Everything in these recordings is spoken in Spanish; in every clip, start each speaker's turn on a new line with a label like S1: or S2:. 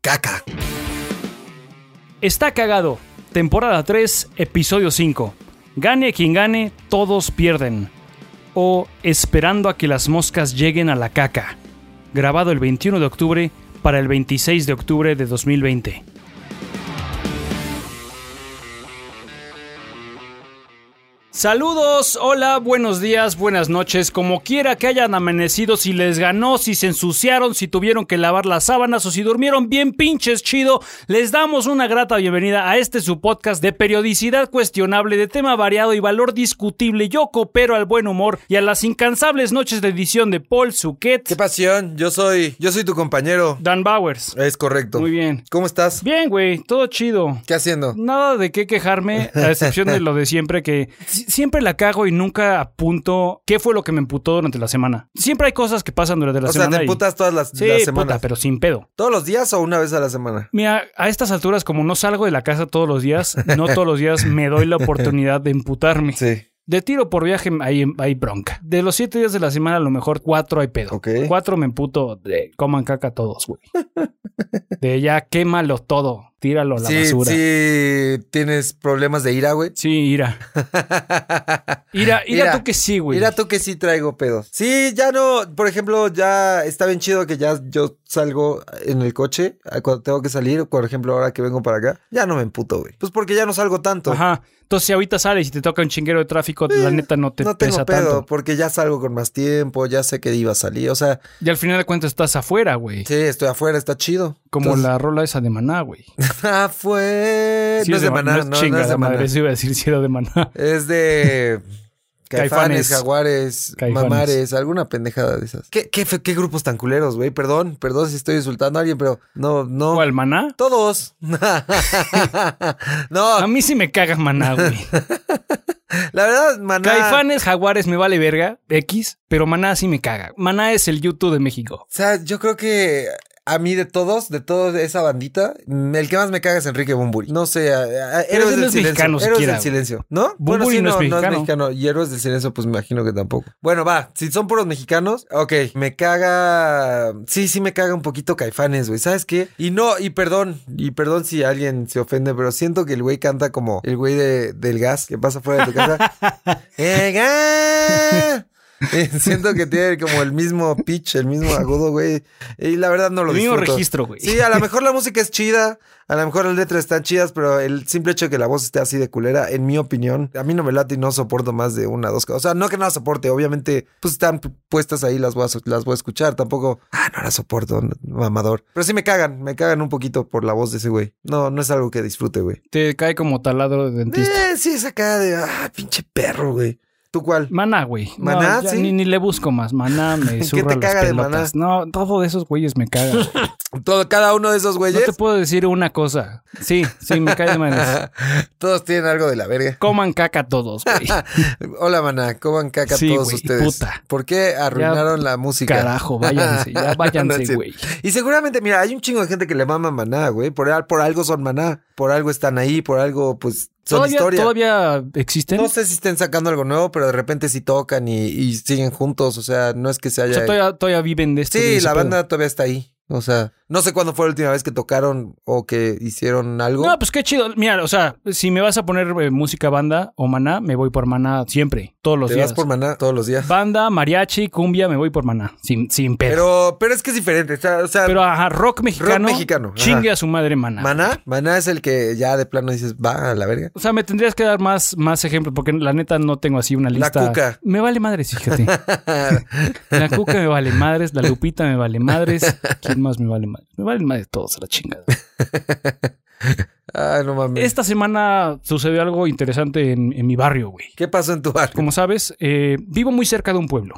S1: caca.
S2: Está cagado. Temporada 3, episodio 5. Gane quien gane, todos pierden. O Esperando a que las moscas lleguen a la caca. Grabado el 21 de octubre para el 26 de octubre de 2020. Saludos, hola, buenos días, buenas noches, como quiera que hayan amanecido, si les ganó, si se ensuciaron, si tuvieron que lavar las sábanas o si durmieron bien pinches chido, les damos una grata bienvenida a este su podcast de periodicidad cuestionable, de tema variado y valor discutible. Yo coopero al buen humor y a las incansables noches de edición de Paul Suquet,
S1: Qué pasión, yo soy, yo soy tu compañero.
S2: Dan Bowers.
S1: Es correcto.
S2: Muy bien.
S1: ¿Cómo estás?
S2: Bien, güey, todo chido.
S1: ¿Qué haciendo?
S2: Nada de qué quejarme, a excepción de lo de siempre que si- siempre la cago y nunca apunto qué fue lo que me emputó durante la semana. Siempre hay cosas que pasan durante la
S1: o sea,
S2: semana.
S1: te
S2: y-
S1: emputas todas las,
S2: Sí,
S1: las
S2: puta,
S1: semanas.
S2: pero sin pedo.
S1: ¿Todos los días o una vez a la semana?
S2: Mira, a estas alturas, como no salgo de la casa todos los días, no todos los días me doy la oportunidad de emputarme.
S1: Sí.
S2: De tiro por viaje hay, hay bronca. De los siete días de la semana, a lo mejor cuatro hay pedo.
S1: Ok.
S2: Cuatro me emputo, de, coman caca todos, güey. De ya quémalo todo, tíralo a la
S1: Sí,
S2: basura.
S1: sí, tienes problemas de ira, güey.
S2: Sí, ira. Ira, ira,
S1: Ira.
S2: tú que sí, güey.
S1: Mira tú que sí traigo pedos. Sí, ya no, por ejemplo, ya está bien chido que ya yo salgo en el coche eh, cuando tengo que salir, por ejemplo, ahora que vengo para acá, ya no me emputo, güey. Pues porque ya no salgo tanto.
S2: Ajá. Entonces, si ahorita sales y te toca un chinguero de tráfico, la neta no te
S1: no tengo
S2: pesa
S1: pedo,
S2: tanto.
S1: porque ya salgo con más tiempo, ya sé que iba a salir, o sea,
S2: Y al final de cuentas estás afuera, güey.
S1: sí, estoy afuera, está chido.
S2: Como la rola esa de Maná, güey.
S1: la... Afuera.
S2: Sí
S1: no es de Maná, no, no
S2: chingada
S1: es de Maná.
S2: madre, eso iba a decir si era de Maná.
S1: Es de
S2: Caifanes.
S1: Caifanes, Jaguares,
S2: Caifanes.
S1: Mamares, alguna pendejada de esas. ¿Qué, qué, fe- qué grupos tan culeros, güey? Perdón, perdón si estoy insultando a alguien, pero no, no.
S2: ¿O al Maná?
S1: Todos.
S2: A
S1: no,
S2: mí sí me caga Maná, güey.
S1: la verdad, Maná.
S2: Caifanes, Jaguares, me vale verga, X, pero Maná sí me caga. Maná es el YouTube de México.
S1: O sea, yo creo que a mí de todos, de toda esa bandita, mm, el que más me caga es Enrique Bumburi. No sé, a- a- Héroes
S2: ese
S1: del
S2: no es
S1: Silencio.
S2: mexicano
S1: Héroes
S2: siquiera,
S1: del
S2: güey.
S1: Silencio, ¿no?
S2: Bumburi no es
S1: no
S2: mexicano.
S1: es mexicano. Y Héroes del Silencio, pues me imagino que tampoco. Bueno, va, si son puros mexicanos, ok, me caga. Sí, sí me caga un poquito Caifanes, güey, ¿sabes qué? Y no, y perdón, y perdón si alguien se ofende, pero siento que el güey canta como el güey de, del gas que pasa fuera de tu casa. ¡El gas! Eh, Siento que tiene como el mismo pitch, el mismo agudo, güey. Y la verdad no lo
S2: El mismo
S1: disfruto.
S2: registro, güey.
S1: Sí, a lo mejor la música es chida, a lo mejor las letras están chidas, pero el simple hecho de que la voz esté así de culera, en mi opinión, a mí no me late y no soporto más de una, dos cosas. O sea, no que no la soporte, obviamente, pues están pu- puestas ahí, las voy a, so- las voy a escuchar. Tampoco, ah, no la soporto, n- mamador. Pero sí me cagan, me cagan un poquito por la voz de ese güey. No, no es algo que disfrute, güey.
S2: Te cae como taladro de dentista.
S1: Eh, sí, esa cara de, ah, pinche perro, güey. ¿Tú cuál?
S2: Maná, güey. No,
S1: Maná,
S2: ya
S1: sí.
S2: Ni, ni le busco más. Maná me
S1: te
S2: surra las
S1: caga de
S2: pelotas. No, todo de esos güeyes me caga. güey.
S1: Todo, cada uno de esos
S2: No
S1: güeyes.
S2: te puedo decir una cosa. Sí, sí, me cae de maná.
S1: Todos tienen algo de la verga.
S2: Coman caca todos, güey.
S1: Hola, maná. Coman caca
S2: Sí,
S1: todos
S2: güey,
S1: ustedes.
S2: puta.
S1: ¿Por qué arruinaron la música?
S2: Carajo, váyanse, ya váyanse,
S1: No es cierto.
S2: güey.
S1: y seguramente, mira, hay un chingo de gente que le mama maná, güey. Por, al- por algo son maná. Por algo están ahí. Por algo, pues, son
S2: ¿Todavía,
S1: historia.
S2: ¿Todavía existen?
S1: No sé si estén sacando algo nuevo, pero de repente sí tocan y, y siguen juntos. O sea, no es que se
S2: O
S1: haya.
S2: sea, todavía, todavía viven de esto. de
S1: sí,
S2: ese
S1: la
S2: pedo.
S1: banda todavía está ahí. O sea, no sé cuándo fue la última vez que tocaron o que hicieron algo.
S2: No, pues qué chido. Mira, o sea, si me vas a poner eh, música banda o maná, me voy por maná siempre, todos los
S1: Te
S2: días.
S1: vas por maná todos los días.
S2: Banda, mariachi, cumbia, me voy por maná, sin, sin pedo.
S1: Pero, pero es que es diferente. O sea, o sea,
S2: Pero, ajá, rock mexicano,
S1: mexicano, ajá.
S2: chingue a su madre maná.
S1: Maná, Maná es el que ya de plano dices, va a la verga.
S2: O sea, me tendrías que dar más, más ejemplos, porque la neta no tengo así una lista.
S1: Cuca.
S2: Me vale madres, fíjate. La cuca me vale madres, la lupita me vale madres. ¿Quién más me vale madres? Me valen madres todos a la chingada.
S1: Ay, no mames.
S2: Esta semana sucedió algo interesante en, en mi barrio, güey.
S1: ¿Qué pasó en tu barco?
S2: Como sabes, eh, vivo muy cerca de un pueblo,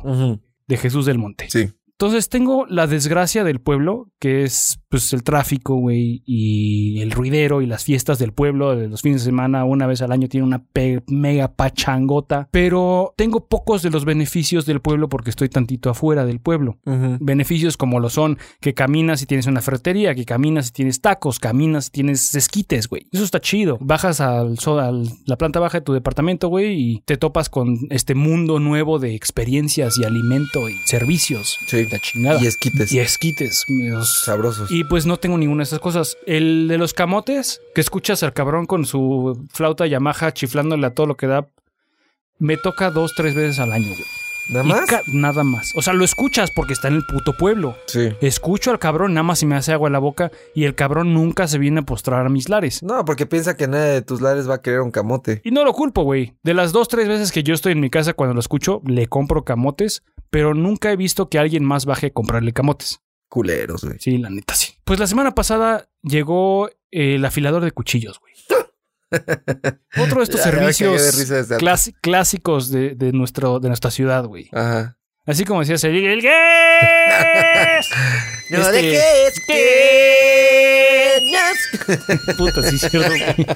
S2: de Jesús del Monte.
S1: Sí.
S2: Entonces tengo la desgracia del pueblo, que es pues el tráfico, güey, y el ruidero y las fiestas del pueblo de los fines de semana, una vez al año tiene una pe- mega pachangota, pero tengo pocos de los beneficios del pueblo porque estoy tantito afuera del pueblo.
S1: Ujú.
S2: Beneficios como lo son que caminas y tienes una ferretería, que caminas y tienes tacos, caminas y tienes esquites, güey. Eso está chido. Bajas al, so- al- la planta baja de tu departamento, güey, y te topas con este mundo nuevo de experiencias y alimento y servicios.
S1: Sí.
S2: la chingada.
S1: Y esquites.
S2: Y esquites. Dios.
S1: Sabrosos.
S2: Y pues no tengo ninguna de esas cosas. El de los camotes, que escuchas al cabrón con su flauta Yamaha chiflándole a todo lo que da, me toca dos, tres veces al año, güey.
S1: ¿Nada
S2: Y
S1: más?
S2: ca- nada más. O sea, lo escuchas porque está en el puto pueblo.
S1: Sí.
S2: Escucho al cabrón, nada más y me hace agua en la boca y el cabrón nunca se viene a postrar a mis lares.
S1: No, porque piensa que nadie de tus lares va a querer un camote.
S2: Y no lo culpo, güey. De las dos, tres veces que yo estoy en mi casa cuando lo escucho, le compro camotes, pero nunca he visto que alguien más baje a comprarle camotes.
S1: Culeros, güey.
S2: Sí, la neta sí. Pues la semana pasada llegó eh, el afilador de cuchillos, güey. Otro de estos
S1: Ya, ya me cagué de
S2: servicios
S1: risa desde antes.
S2: clasi- clásicos de, de nuestro, de nuestra ciudad, güey.
S1: Ajá.
S2: Así como decías, el, el gas.
S1: No
S2: Este-
S1: dejes que...
S2: Puta, sí, cierto, güey.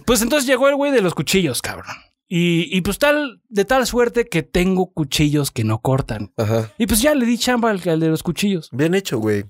S2: Pues entonces llegó el güey de los cuchillos, cabrón. Y, y pues tal, de tal suerte que tengo cuchillos que no cortan.
S1: Ajá.
S2: Y pues ya le di chamba al, al de los cuchillos.
S1: Bien hecho, güey.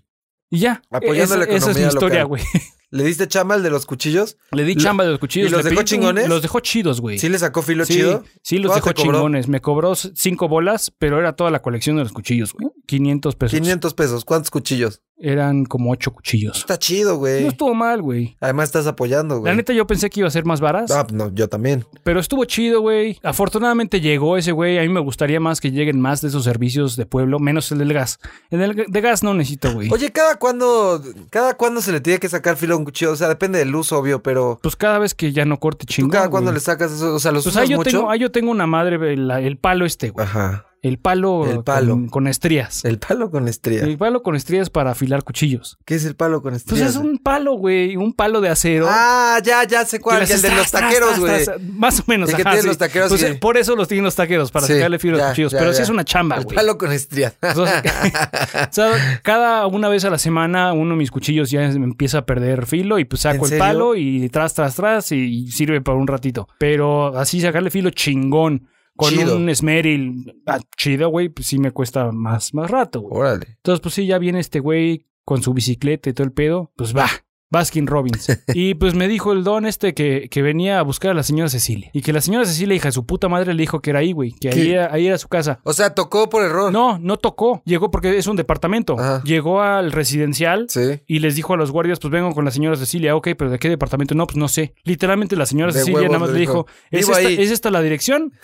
S2: Y ya.
S1: Apoyando
S2: Esa-
S1: la
S2: Esa es mi
S1: economía
S2: historia,
S1: local.
S2: güey.
S1: ¿Le diste chamba al de los cuchillos?
S2: Le di
S1: Lo-
S2: chamba de los cuchillos.
S1: ¿Y los dejó
S2: le pedí un-
S1: chingones?
S2: Los dejó chidos, güey.
S1: ¿Sí le sacó filo
S2: Sí, Pues,
S1: chido?
S2: sí, los
S1: ¿Cuánto
S2: dejó
S1: te cobró?
S2: chingones. Me cobró c- cinco bolas, pero era toda la colección de los cuchillos, güey. 500 pesos.
S1: 500 pesos. ¿Cuántos cuchillos?
S2: Eran como ocho cuchillos.
S1: Está chido,
S2: No
S1: güey.
S2: estuvo mal, güey.
S1: Además estás apoyando,
S2: La
S1: güey.
S2: neta, yo pensé que iba a ser más varas.
S1: Ah, no, yo también.
S2: Pero estuvo chido, güey. Afortunadamente llegó ese güey. A mí me gustaría más que lleguen más de esos servicios de pueblo, menos el del gas. En el de gas no necesito, güey.
S1: Oye, ¿cada cuándo, ¿cada cuándo se le tiene que sacar filo a un cuchillo? O sea, depende del uso, obvio, pero...
S2: Pues cada vez que ya no corte
S1: ¿Tú
S2: chingón.
S1: cada cuándo le
S2: güey.
S1: sacas eso? O sea, ¿los
S2: Pues
S1: usas
S2: ahí yo,
S1: mucho?
S2: tengo, ahí yo tengo una madre, el, el palo este, güey.
S1: Ajá.
S2: El palo,
S1: El palo.
S2: Con, con estrías.
S1: El palo con estría.
S2: El palo con estrías para afilar cuchillos.
S1: ¿Qué es el palo con
S2: Pues
S1: estría?
S2: es un palo, güey. Un palo de acero.
S1: Ah, ya, ya sé
S2: que le
S1: cuál. El
S2: haces
S1: de los
S2: tras, tras,
S1: taqueros,
S2: tras,
S1: güey.
S2: tras, Más o menos.
S1: El que
S2: ajá,
S1: tienen
S2: sí.
S1: los taqueros
S2: Pues,
S1: que-
S2: eh, Por eso los tienen los taqueros, para
S1: Sí,
S2: sacarle filo a los
S1: ya,
S2: cuchillos.
S1: ya,
S2: Pero sí
S1: ya.
S2: es una chamba,
S1: El
S2: güey.
S1: palo con estría.
S2: Entonces, o sea, cada una vez a la semana uno de mis cuchillos ya empieza a perder filo y pues saco
S1: ¿En
S2: el
S1: serio?
S2: palo y tras, tras, tras y, sirve por un ratito. Pero así sacarle filo chingón con
S1: Chido.
S2: un esmeril ah, chido, güey, pues sí me cuesta más, más rato, güey.
S1: Órale.
S2: Entonces, pues sí, ya viene este güey con su bicicleta y todo el pedo. Pues va. Baskin Robbins. Y pues me dijo el don este que, que venía a buscar a la señora Cecilia. Y que la señora Cecilia, hija de su puta madre, le dijo que era ahí, güey. Que ahí
S1: ¿Qué?
S2: era- ahí era su casa.
S1: O sea, tocó por error.
S2: No, no tocó. Llegó porque es un departamento.
S1: Ajá.
S2: Llegó al residencial
S1: Sí.
S2: y les dijo a los guardias, pues vengo con la señora Cecilia. Ok, pero ¿de qué departamento? No, pues no sé. Literalmente la señora
S1: De
S2: Cecilia
S1: huevos
S2: nada más le
S1: le
S2: dijo,
S1: dijo,
S2: ¿Es,
S1: "Vivo
S2: esta,
S1: ahí".
S2: es esta la dirección?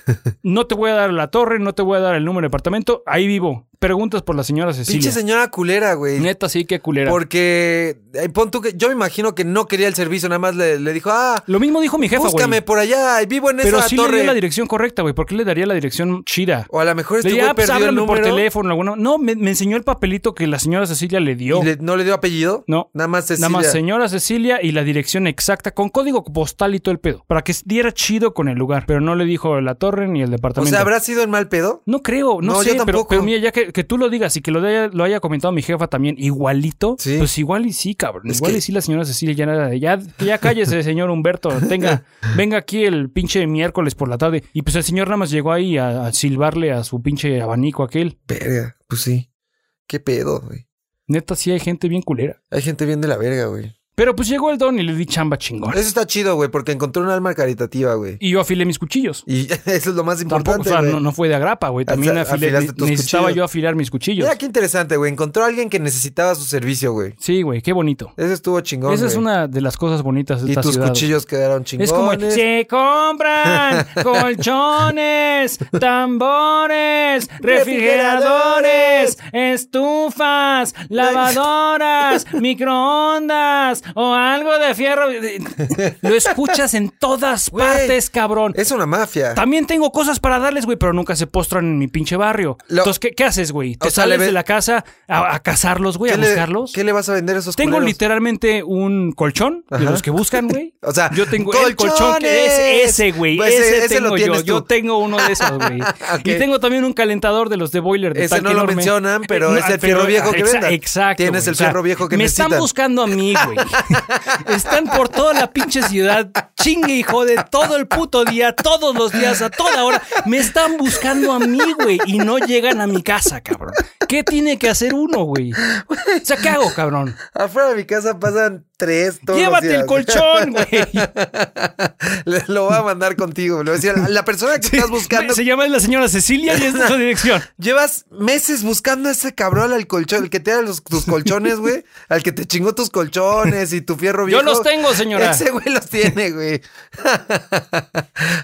S2: No te voy a dar la torre, no te voy a dar el número de departamento. Ahí vivo. Preguntas por la señora Cecilia.
S1: Pinche señora culera, güey.
S2: Neta, sí, qué culera.
S1: Porque eh, pon tú que yo me imagino que no quería el servicio, nada más le, le dijo, ah,
S2: Lo mismo dijo mi jefa,
S1: búscame
S2: güey.
S1: por allá, y vivo en
S2: Pero
S1: esa
S2: sí le
S1: torre.
S2: dio la dirección correcta, güey. ¿Por qué le daría la dirección chida?
S1: o a lo mejor
S2: Le
S1: este
S2: dije,
S1: güey
S2: ah, pues
S1: perdió el
S2: háblame por
S1: número
S2: teléfono. alguna- No, me, me enseñó el papelito que la señora Cecilia le dio.
S1: y le- no le dio apellido.
S2: No.
S1: Nada más Cecilia.
S2: Nada más señora Cecilia y la dirección exacta con código postal y todo el pedo. Para que diera chido con el lugar. Pero no le dijo la torre ni el
S1: o
S2: departamento.
S1: sea, ¿habrá sido en mal pedo?
S2: No creo, no,
S1: No,
S2: sé,
S1: yo
S2: pero- pero,
S1: tampoco.
S2: mira, ya que, que tú lo digas y que lo, de- lo haya comentado mi jefa también igualito,
S1: Sí.
S2: pues igual y sí, cabrón.
S1: Es
S2: igual
S1: que-
S2: y sí la señora Cecilia ya nada de- ya, que ya cállese, señor Humberto, tenga, venga aquí el pinche miércoles por la tarde. Y pues el señor nada más llegó ahí a, a silbarle a su pinche abanico aquel.
S1: Verga, pues sí. ¿Qué pedo, güey?
S2: Neta, sí hay gente bien culera.
S1: Hay gente bien de la verga, güey.
S2: Pero pues llegó el don y le di chamba chingón.
S1: Eso está chido, güey, porque encontró un alma caritativa, güey.
S2: Y yo afilé mis cuchillos.
S1: Y eso es lo más
S2: Tampoco, o
S1: importante,
S2: sea,
S1: güey.
S2: no, no fue de agrapa, güey. También
S1: Hasta-
S2: afilé-
S1: afilaste tus
S2: necesitaba
S1: cuchillos.
S2: yo afilar mis cuchillos.
S1: Mira qué interesante, güey. Encontró a alguien que necesitaba su servicio, güey.
S2: Sí, güey, qué bonito.
S1: Eso estuvo chingón,
S2: Esa es
S1: güey.
S2: una de las cosas bonitas de
S1: Y
S2: esta
S1: tus
S2: ciudad.
S1: cuchillos quedaron
S2: güey.
S1: chingones.
S2: Es como el, se compran colchones, tambores, refrigeradores, estufas, lavadoras, microondas o algo de fierro. Lo escuchas en todas
S1: Güey,
S2: partes, cabrón.
S1: Es una mafia.
S2: También tengo cosas para darles, güey, pero nunca se postran en mi pinche barrio.
S1: Lo-
S2: Entonces, ¿qué, qué haces, güey? ¿Te
S1: O sea,
S2: sales
S1: le ve-
S2: de la casa a, a cazarlos, güey? ¿A
S1: ¿Qué le-
S2: buscarlos?
S1: ¿Qué le vas a vender a esos
S2: Tengo
S1: culeros?
S2: literalmente un colchón de
S1: Ajá.
S2: los que buscan, güey.
S1: O sea,
S2: yo tengo el colchón que es
S1: ¡colchones!
S2: ese, güey.
S1: Pues
S2: ese,
S1: ese lo
S2: tengo yo.
S1: tienes tú.
S2: Yo tengo uno de esos, güey.
S1: Ok.
S2: Y tengo también un calentador de los de boiler de
S1: Ese
S2: tanque
S1: no lo
S2: enorme.
S1: mencionan, pero es el fierro viejo que
S2: exa-
S1: vendan.
S2: Exacto.
S1: Tienes
S2: güey.
S1: el fierro viejo que
S2: Me están
S1: necesitan.
S2: buscando a mí, güey. están por toda la pinche ciudad, chingue y jode, todo el puto día, todos los días, a toda hora. Me están buscando a mí, güey, y no llegan a mi casa, cabrón. ¿Qué tiene que hacer uno, güey? O sea, ¿qué hago, cabrón?
S1: Afuera de mi casa pasan tres todos los
S2: Llévate el
S1: días.
S2: colchón, güey.
S1: Le- lo voy a mandar contigo. Le voy a decir, a la persona que estás buscando,
S2: Se llama la señora Cecilia y esta es su dirección.
S1: llevas meses buscando a ese cabrón al colchón, el que te da los- tus colchones, güey, al que te chingó tus colchones y tu fierro
S2: Yo
S1: viejo.
S2: los tengo, señora.
S1: Ese güey los tiene, güey.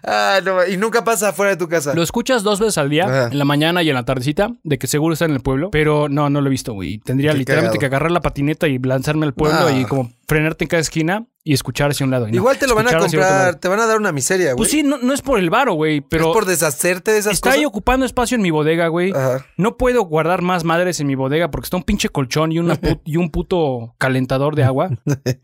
S1: Ah, no, y nunca pasa afuera de tu casa.
S2: Lo escuchas dos veces al día,
S1: Ajá.
S2: en la mañana y en la tardecita, de que seguro está en el pueblo, pero no, no lo he visto, güey. Tendría
S1: Qué
S2: literalmente
S1: cagado.
S2: que agarrar la patineta y lanzarme al pueblo
S1: No.
S2: y como frenarte en cada esquina y escuchar hacia un lado. y no,
S1: Igual te lo van a
S2: escuchar hacia otro
S1: comprar,
S2: lado.
S1: te van a dar una miseria, güey.
S2: Pues sí, no, no es por el varo, güey, pero
S1: es por deshacerte de esas
S2: está ahí
S1: cosas.
S2: ocupando espacio en mi bodega, güey. Pues
S1: Ajá.
S2: No puedo guardar más madres en mi bodega porque está un pinche colchón y, una pu- y un puto calentador de agua.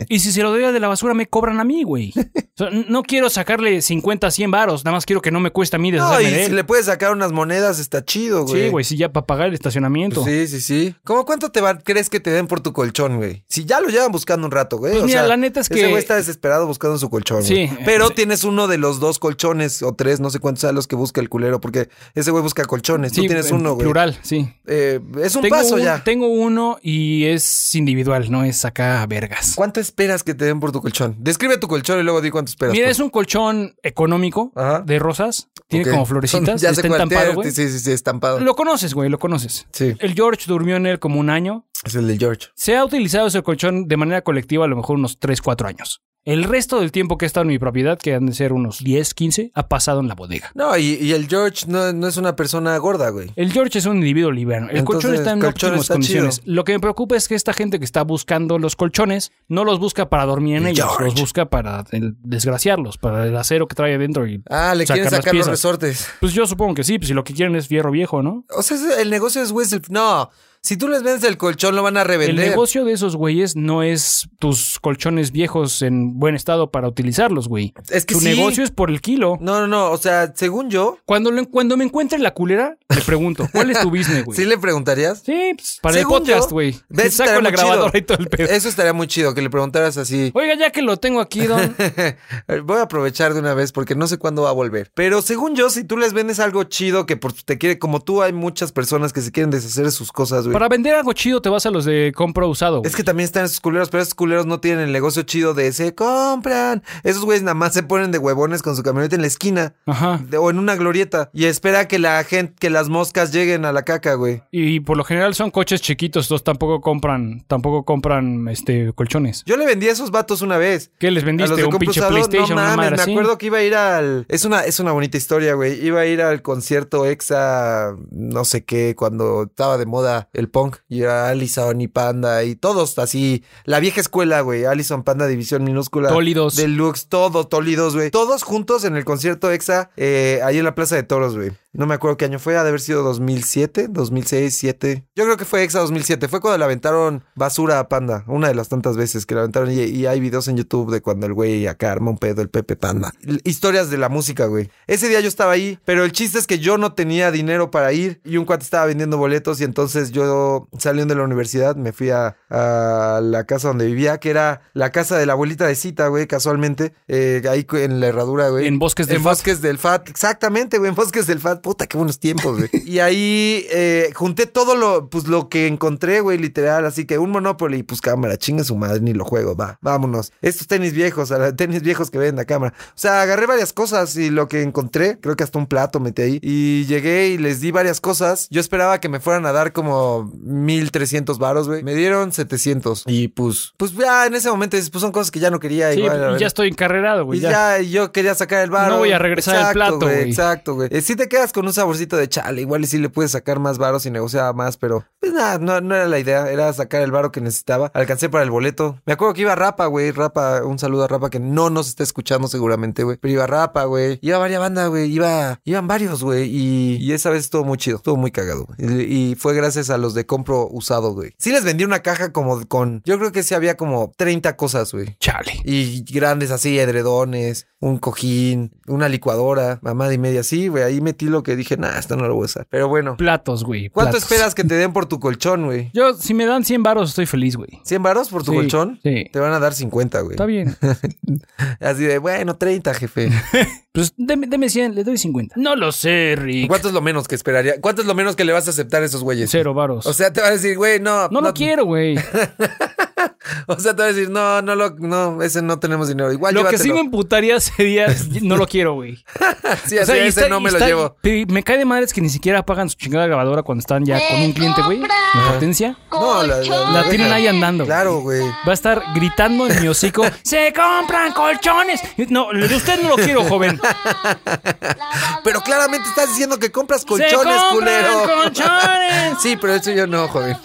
S2: Y si se lo doy a de la basura, me cobran a mí, güey. O sea, n- no quiero sacarle 50, 100 varos. Nada más quiero que no me cueste a mí
S1: No,
S2: deshacerme
S1: y
S2: de él.
S1: si le puedes sacar unas monedas, está chido, güey.
S2: Sí, güey, sí, ya para pagar el estacionamiento.
S1: Pues sí, sí, sí. ¿Cómo cuánto te va, crees que te den por tu colchón, güey? Si ya lo llevan buscando un rato, güey.
S2: Pues
S1: o
S2: mira,
S1: sea,
S2: la neta es que-
S1: Ese güey está desesperado buscando su colchón.
S2: Sí.
S1: Sí. Pero
S2: Sí.
S1: tienes uno de los dos colchones o tres, no sé cuántos sean los que busca el culero, porque ese güey busca colchones.
S2: Sí,
S1: Tú tienes
S2: en
S1: uno, güey.
S2: Plural, sí.
S1: Eh, es un paso
S2: un-
S1: ya.
S2: tengo uno y es individual, no es acá vergas.
S1: ¿Cuánto esperas que te den por tu colchón? Describe tu colchón y luego di cuánto esperas.
S2: Mira,
S1: por-
S2: es un colchón económico
S1: Ajá.
S2: de rosas. Tiene
S1: Ok.
S2: como florecitas.
S1: Ya
S2: está
S1: sé cuál,
S2: entampado,
S1: tiene-
S2: güey.
S1: Sí, sí, sí, estampado.
S2: Lo conoces, güey, lo conoces.
S1: Sí,
S2: El George durmió en él como un año.
S1: es el de George.
S2: Se ha utilizado ese colchón de manera colectiva a lo mejor unos 3, 4 años. El resto del tiempo que he estado en mi propiedad, que han de ser unos 10, 15, ha pasado en la bodega.
S1: No, y, y el George no, no es una persona gorda, güey.
S2: El George es un individuo liviano. El colchón
S1: Entonces,
S2: está en
S1: el colchón
S2: óptimas
S1: está
S2: condiciones.
S1: chido.
S2: Lo que me preocupa es que esta gente que está buscando los colchones no los busca para dormir en
S1: El
S2: ellos, los
S1: George.
S2: busca para el- desgraciarlos, para el acero que trae adentro. Y,
S1: Ah, le
S2: Sacar
S1: quieren
S2: las
S1: sacar los
S2: piezas.
S1: resortes.
S2: pues yo supongo que sí, pues si lo que quieren es fierro viejo, ¿no?
S1: O sea, ese- el negocio es güey. es el- No, si tú les vendes el colchón, lo van a
S2: El
S1: revender.
S2: negocio de esos güeyes no es tus colchones viejos en buen estado para utilizarlos, güey.
S1: Es que
S2: Su
S1: sí.
S2: negocio es por el kilo.
S1: No, no, no. O sea, según yo,
S2: Cuando, lo en- cuando me encuentre en la culera, le pregunto, ¿cuál es tu business, güey?
S1: ¿sí le preguntarías?
S2: Sí, pues, para el
S1: Según yo,
S2: podcast, güey.
S1: ¿ves?
S2: Saco
S1: Estaría
S2: la
S1: muy chido. Eh,
S2: grabadora y todo el pedo.
S1: Eso estaría muy chido que le preguntaras así.
S2: Oiga, ya que lo tengo aquí, don.
S1: Voy a aprovechar de una vez porque no sé cuándo va a volver. Pero según yo, si tú les vendes algo chido que por, te quiere, como tú, hay muchas personas que se quieren deshacer de sus cosas, güey.
S2: Para vender algo chido te vas a los de compra usado. güey.
S1: Es que también están esos culeros, pero esos culeros no tienen el negocio chido de se compran. Esos güeyes nada más se ponen de huevones con su camioneta en la esquina.
S2: Ajá.
S1: de- o en una glorieta y espera que la gente, que las moscas lleguen a la caca, güey.
S2: Y por lo general son coches chiquitos, estos tampoco compran, tampoco compran este colchones.
S1: Yo le vendí a esos vatos una vez.
S2: ¿Qué les
S1: A los
S2: vendiste?
S1: de
S2: Un
S1: compra
S2: pinche
S1: usado,
S2: PlayStation,
S1: no
S2: una
S1: mames,
S2: madre
S1: me
S2: así.
S1: acuerdo que iba a ir al es una es una bonita historia, güey. Iba a ir al concierto exa no sé qué cuando estaba de moda el punk y era Allison y Panda y todos así la vieja escuela, güey. Allison Panda división minúscula.
S2: Tólidos.
S1: Deluxe, todos tólidos, güey. Todos juntos en el concierto EXA, eh, ahí en la Plaza de Toros, güey. No me acuerdo qué año fue, ha de haber sido 2007, 2006, 7. Yo creo que fue EXA 2007. Fue cuando le aventaron basura a Panda, una de las tantas veces que le aventaron. Y, y hay videos en YouTube de cuando el güey acá arma un pedo, el Pepe Panda. L- Historias de la música, güey. Ese día yo estaba ahí, pero el chiste es que yo no tenía dinero para ir y un cuate estaba vendiendo boletos y entonces yo saliendo de la universidad me fui a, a la casa donde vivía, que era la casa de la abuelita de cita, güey, casualmente, eh, ahí cu- en la herradura, güey.
S2: En Bosques del
S1: En
S2: Fat.
S1: Bosques del Fat, exactamente, güey, en Bosques del Fat, puta, qué buenos tiempos, güey. y ahí eh, junté todo lo, pues, lo que encontré, güey, literal, así que un Monopoly, pues cámara, chinga su madre, ni lo juego, va, vámonos. Estos tenis viejos, a la- tenis viejos que venden a cámara. O sea, agarré varias cosas y lo que encontré, creo que hasta un plato metí ahí. Y llegué y les di varias cosas. Yo esperaba que me fueran a dar como 1300 varos, güey. Me dieron 700. Y pues, pues ya en ese momento, dices, pues son cosas que ya no quería.
S2: Sí,
S1: igual, a
S2: y
S1: ver.
S2: ya estoy encarrerado, güey.
S1: Y
S2: ya.
S1: ya yo quería sacar el varo.
S2: No voy a regresar el plato, güey.
S1: Exacto, güey. Eh, sí te quedas con un saborcito de chale. Igual y sí le puedes sacar más varos y negociaba más, pero pues nada, no, no era la idea. Era sacar el varo que necesitaba. Alcancé para el boleto. Me acuerdo que iba Rapa, güey. Rapa, un saludo a Rapa que no nos está escuchando seguramente, güey. Pero iba Rapa, güey. Iba varias bandas, güey. Iba, iban varios, güey. Y, y esa vez estuvo muy chido. Estuvo muy cagado, güey. Y, y fue gracias a los de compro usado, güey. Sí les vendí una caja como con. Yo creo que sí había como 30 cosas, güey.
S2: Chale.
S1: Y grandes así, edredones, un cojín, una licuadora, mamada y media. Sí, güey, ahí metí lo que dije, nah, esto no lo voy a usar. Pero bueno,
S2: Platos, güey.
S1: ¿cuánto
S2: platos.
S1: esperas que te den por tu colchón, güey?
S2: Yo, si me dan 100 varos, estoy feliz, güey.
S1: ¿100 varos por tu
S2: Sí,
S1: colchón?
S2: sí.
S1: Te van a dar 50, güey.
S2: Está bien.
S1: Así de, bueno, 30, jefe.
S2: Pues deme, deme 100, le doy 50. No lo sé, Rick.
S1: ¿Cuánto es lo menos que esperaría? ¿Cuánto es lo menos que le vas a aceptar a esos güeyes?
S2: Cero varos.
S1: O sea, te van a decir, güey, no.
S2: no lo quiero, güey.
S1: O sea, te voy a decir, no, no, lo, no, ese no tenemos dinero. Igual
S2: Lo que
S1: llévatelo.
S2: sí me emputaría sería, no lo quiero, güey.
S1: Sí, así,
S2: y
S1: ese
S2: está-
S1: no
S2: y
S1: me lo
S2: está-
S1: llevo.
S2: pe- Me cae de madres que ni siquiera apagan su chingada grabadora cuando están ya con un cliente, güey. La potencia.
S1: No, la- la-
S2: La tienen ahí andando. güey.
S1: Claro, güey.
S2: Va a estar gritando en mi hocico, ¡se compran colchones! No, el de usted no lo quiero, joven.
S1: Pero claramente estás diciendo que compras
S2: Ah. ¡Se
S1: colchones,
S2: compran
S1: culero.
S2: colchones!
S1: Sí, pero eso yo no, joven.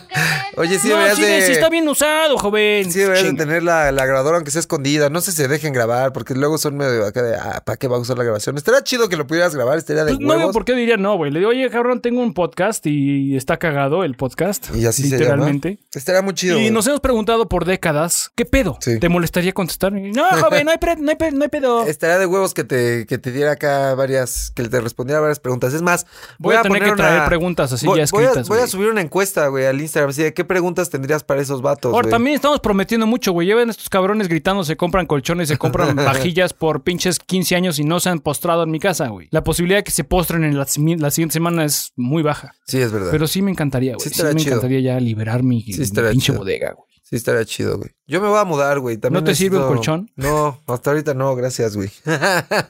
S1: Oye, sí
S2: no,
S1: deberías
S2: sí,
S1: de...
S2: sí está bien usado, joven.
S1: Sí, deberías de
S2: Chinga.
S1: tener la, la grabadora aunque sea escondida. No sé si se dejen grabar, porque luego son medio acá de, ah, ¿para qué va a usar la grabación? Estaría chido que lo pudieras grabar, estaría de
S2: Pues no veo
S1: huevos.
S2: por qué diría no, güey. Le digo, oye, cabrón, tengo un podcast y está cagado el podcast.
S1: Y así se llama.
S2: literalmente.
S1: Estaría muy chido.
S2: Y
S1: güey.
S2: nos hemos preguntado por décadas, ¿qué pedo?
S1: Sí.
S2: ¿Te molestaría contestar? No, joven, no hay, pre- no hay, pe- no hay pedo.
S1: Estaría de huevos que te, que te diera acá varias, que te respondiera varias preguntas. Es más,
S2: Voy
S1: voy,
S2: a tener
S1: poner
S2: que traer
S1: una-
S2: preguntas así
S1: voy,
S2: ya
S1: voy a-
S2: escritas,
S1: Voy a,
S2: güey.
S1: subir una encuesta, güey, al Instagram. Así de, ¿qué preguntas tendrías para esos vatos?
S2: Ahora,
S1: güey?
S2: también estamos prometiendo mucho, güey. Llevan estos cabrones gritando, se compran colchones, se compran vajillas por pinches 15 años y no se han postrado en mi casa, güey. La posibilidad de que se postren en la, simi- la siguiente semana es muy baja.
S1: Sí, es verdad.
S2: Pero sí me encantaría, güey.
S1: Sí
S2: Sí,
S1: estaría
S2: me
S1: chido.
S2: encantaría ya liberar mi, mi
S1: estaría
S2: pinche
S1: chido.
S2: bodega, güey.
S1: Sí, estaría chido, güey. Yo me voy a mudar, güey. También
S2: ¿No te sirve un colchón?
S1: No, hasta ahorita no, gracias, güey.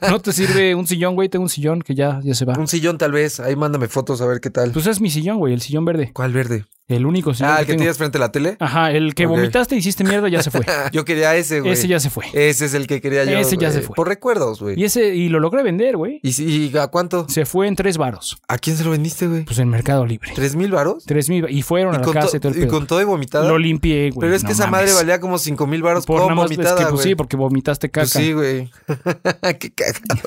S2: ¿No te sirve un sillón, güey? Tengo un sillón que ya, ya se va.
S1: Un sillón tal vez. Ahí mándame fotos a ver qué tal.
S2: Ah. Pues es mi sillón, güey, el sillón verde.
S1: ¿Cuál verde?
S2: El único sillón.
S1: ah, el que
S2: tengo.
S1: tienes frente a la tele.
S2: Ajá, el que
S1: Ok.
S2: vomitaste y hiciste mierda ya se fue.
S1: Yo quería ese, güey.
S2: Ah. Ese ya se fue.
S1: Ese es el que quería yo.
S2: Ese ya
S1: güey.
S2: se fue.
S1: Por recuerdos,
S2: Y
S1: güey.
S2: ese, y lo logré vender, güey.
S1: ¿Y, si- y a cuánto?
S2: Se fue en tres varos.
S1: ¿A quién se lo vendiste, güey?
S2: Pues en Mercado Libre.
S1: ¿Tres mil varos?
S2: Tres mil. Y fueron
S1: Y
S2: a la
S1: con,
S2: casa
S1: to-
S2: y todo el
S1: y
S2: pedo.
S1: con todo y vomitada.
S2: Lo limpié, güey.
S1: Pero es que
S2: no
S1: esa
S2: mames.
S1: madre valía como cinco mil varos
S2: Por
S1: con
S2: nada más es
S1: vomitada,
S2: que, pues,
S1: güey.
S2: sí, porque vomitaste caca.
S1: Pues sí, güey. Qué cagado.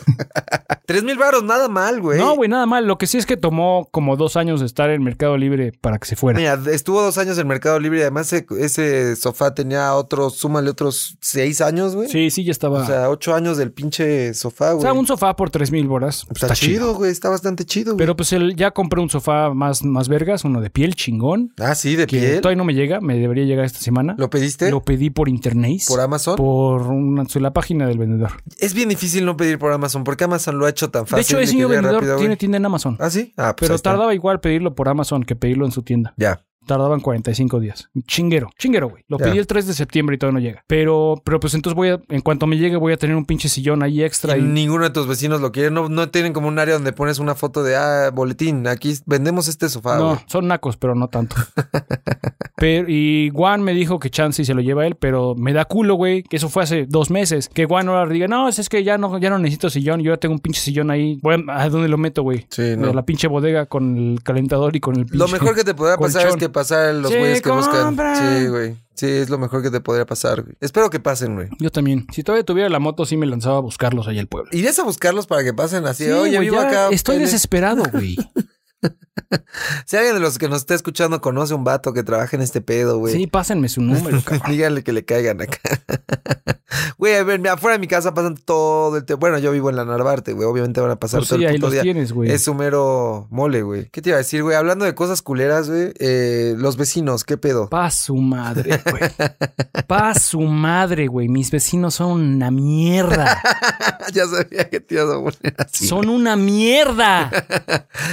S1: Tres mil varos, nada mal, güey.
S2: no, güey, nada mal. Lo que sí es que tomó como dos años de estar en Mercado Libre para que se fuera.
S1: Mira, estuvo dos años en Mercado Libre y además ese, ese sofá tenía otros, súmale otros seis años, güey.
S2: Sí, sí, ya estaba.
S1: O sea, ocho años del pinche sofá,
S2: O
S1: güey. Pues
S2: sea, un sofá por tres mil bolas. pues,
S1: está, chido, güey. Está bastante chido, güey.
S2: Pero pues él ya compré un sofá más, más vergas, uno de piel chingón.
S1: Ah, sí, de
S2: Que
S1: piel.
S2: todavía no me llega, me debería llegar esta semana.
S1: ¿Lo pediste?
S2: Lo pedí por internet.
S1: ¿Por Amazon?
S2: por una, su- la página del vendedor.
S1: Es bien difícil no pedir por Amazon porque Amazon lo ha hecho tan
S2: de
S1: fácil.
S2: hecho, ese
S1: que
S2: mismo
S1: llega
S2: vendedor
S1: rápido, güey.
S2: tiene tienda en Amazon.
S1: Ah, sí. Ah, pues
S2: pero
S1: ahí está.
S2: tardaba igual pedirlo por Amazon que pedirlo en su tienda.
S1: Ya.
S2: Tardaban 45 días. Chinguero, chinguero, güey. Lo
S1: Ya.
S2: pedí el 3 de septiembre y todavía no llega. Pero, pero pues entonces voy a, en cuanto me llegue, voy a tener un pinche sillón ahí extra. Y,
S1: Ninguno de tus vecinos lo quiere. No, no tienen como un área donde pones una foto de, ah, boletín, aquí vendemos este sofá,
S2: no,
S1: güey.
S2: son nacos, pero no tanto. pero, y Juan me dijo que chance y se lo lleva él, pero me da culo, güey, que eso fue hace dos meses. Que Juan ahora diga, no, es que ya no, ya no necesito sillón, yo ya tengo un pinche sillón ahí. Voy a, ¿a dónde lo meto, güey?
S1: Sí, no.
S2: A La pinche bodega con el calentador y con el pinche.
S1: Lo mejor que te podría pasar es
S2: colchón.
S1: que pasar los
S2: Sí,
S1: güeyes que buscan.
S2: compran.
S1: Sí, güey. Sí, es lo mejor que te podría pasar, güey. Espero que pasen, güey.
S2: Yo también. Si todavía tuviera la moto, sí me lanzaba a buscarlos allá al pueblo.
S1: ¿Irías a buscarlos para que pasen así?
S2: Sí,
S1: Oye,
S2: güey,
S1: vivo
S2: ya
S1: acá.
S2: Estoy
S1: pene".
S2: desesperado, güey.
S1: Si alguien de los que nos está escuchando conoce un vato que trabaja en este pedo, güey.
S2: sí, pásenme su número, cabrón.
S1: Díganle que le caigan acá. Güey, a ver, afuera de mi casa pasan todo el tiempo. Bueno, yo vivo en la Narvarte, güey. Obviamente van a pasar
S2: Pues
S1: todo
S2: sí,
S1: el
S2: ahí
S1: puto
S2: los
S1: día.
S2: tienes, güey.
S1: Es su mero mole, güey. ¿Qué te iba a decir, güey? Hablando de cosas culeras, güey. eh, los vecinos, ¿qué pedo?
S2: Pa' su madre, güey. Pa' su madre, güey. Mis vecinos son una mierda.
S1: ya sabía que te ibas a poner así.
S2: Son una mierda.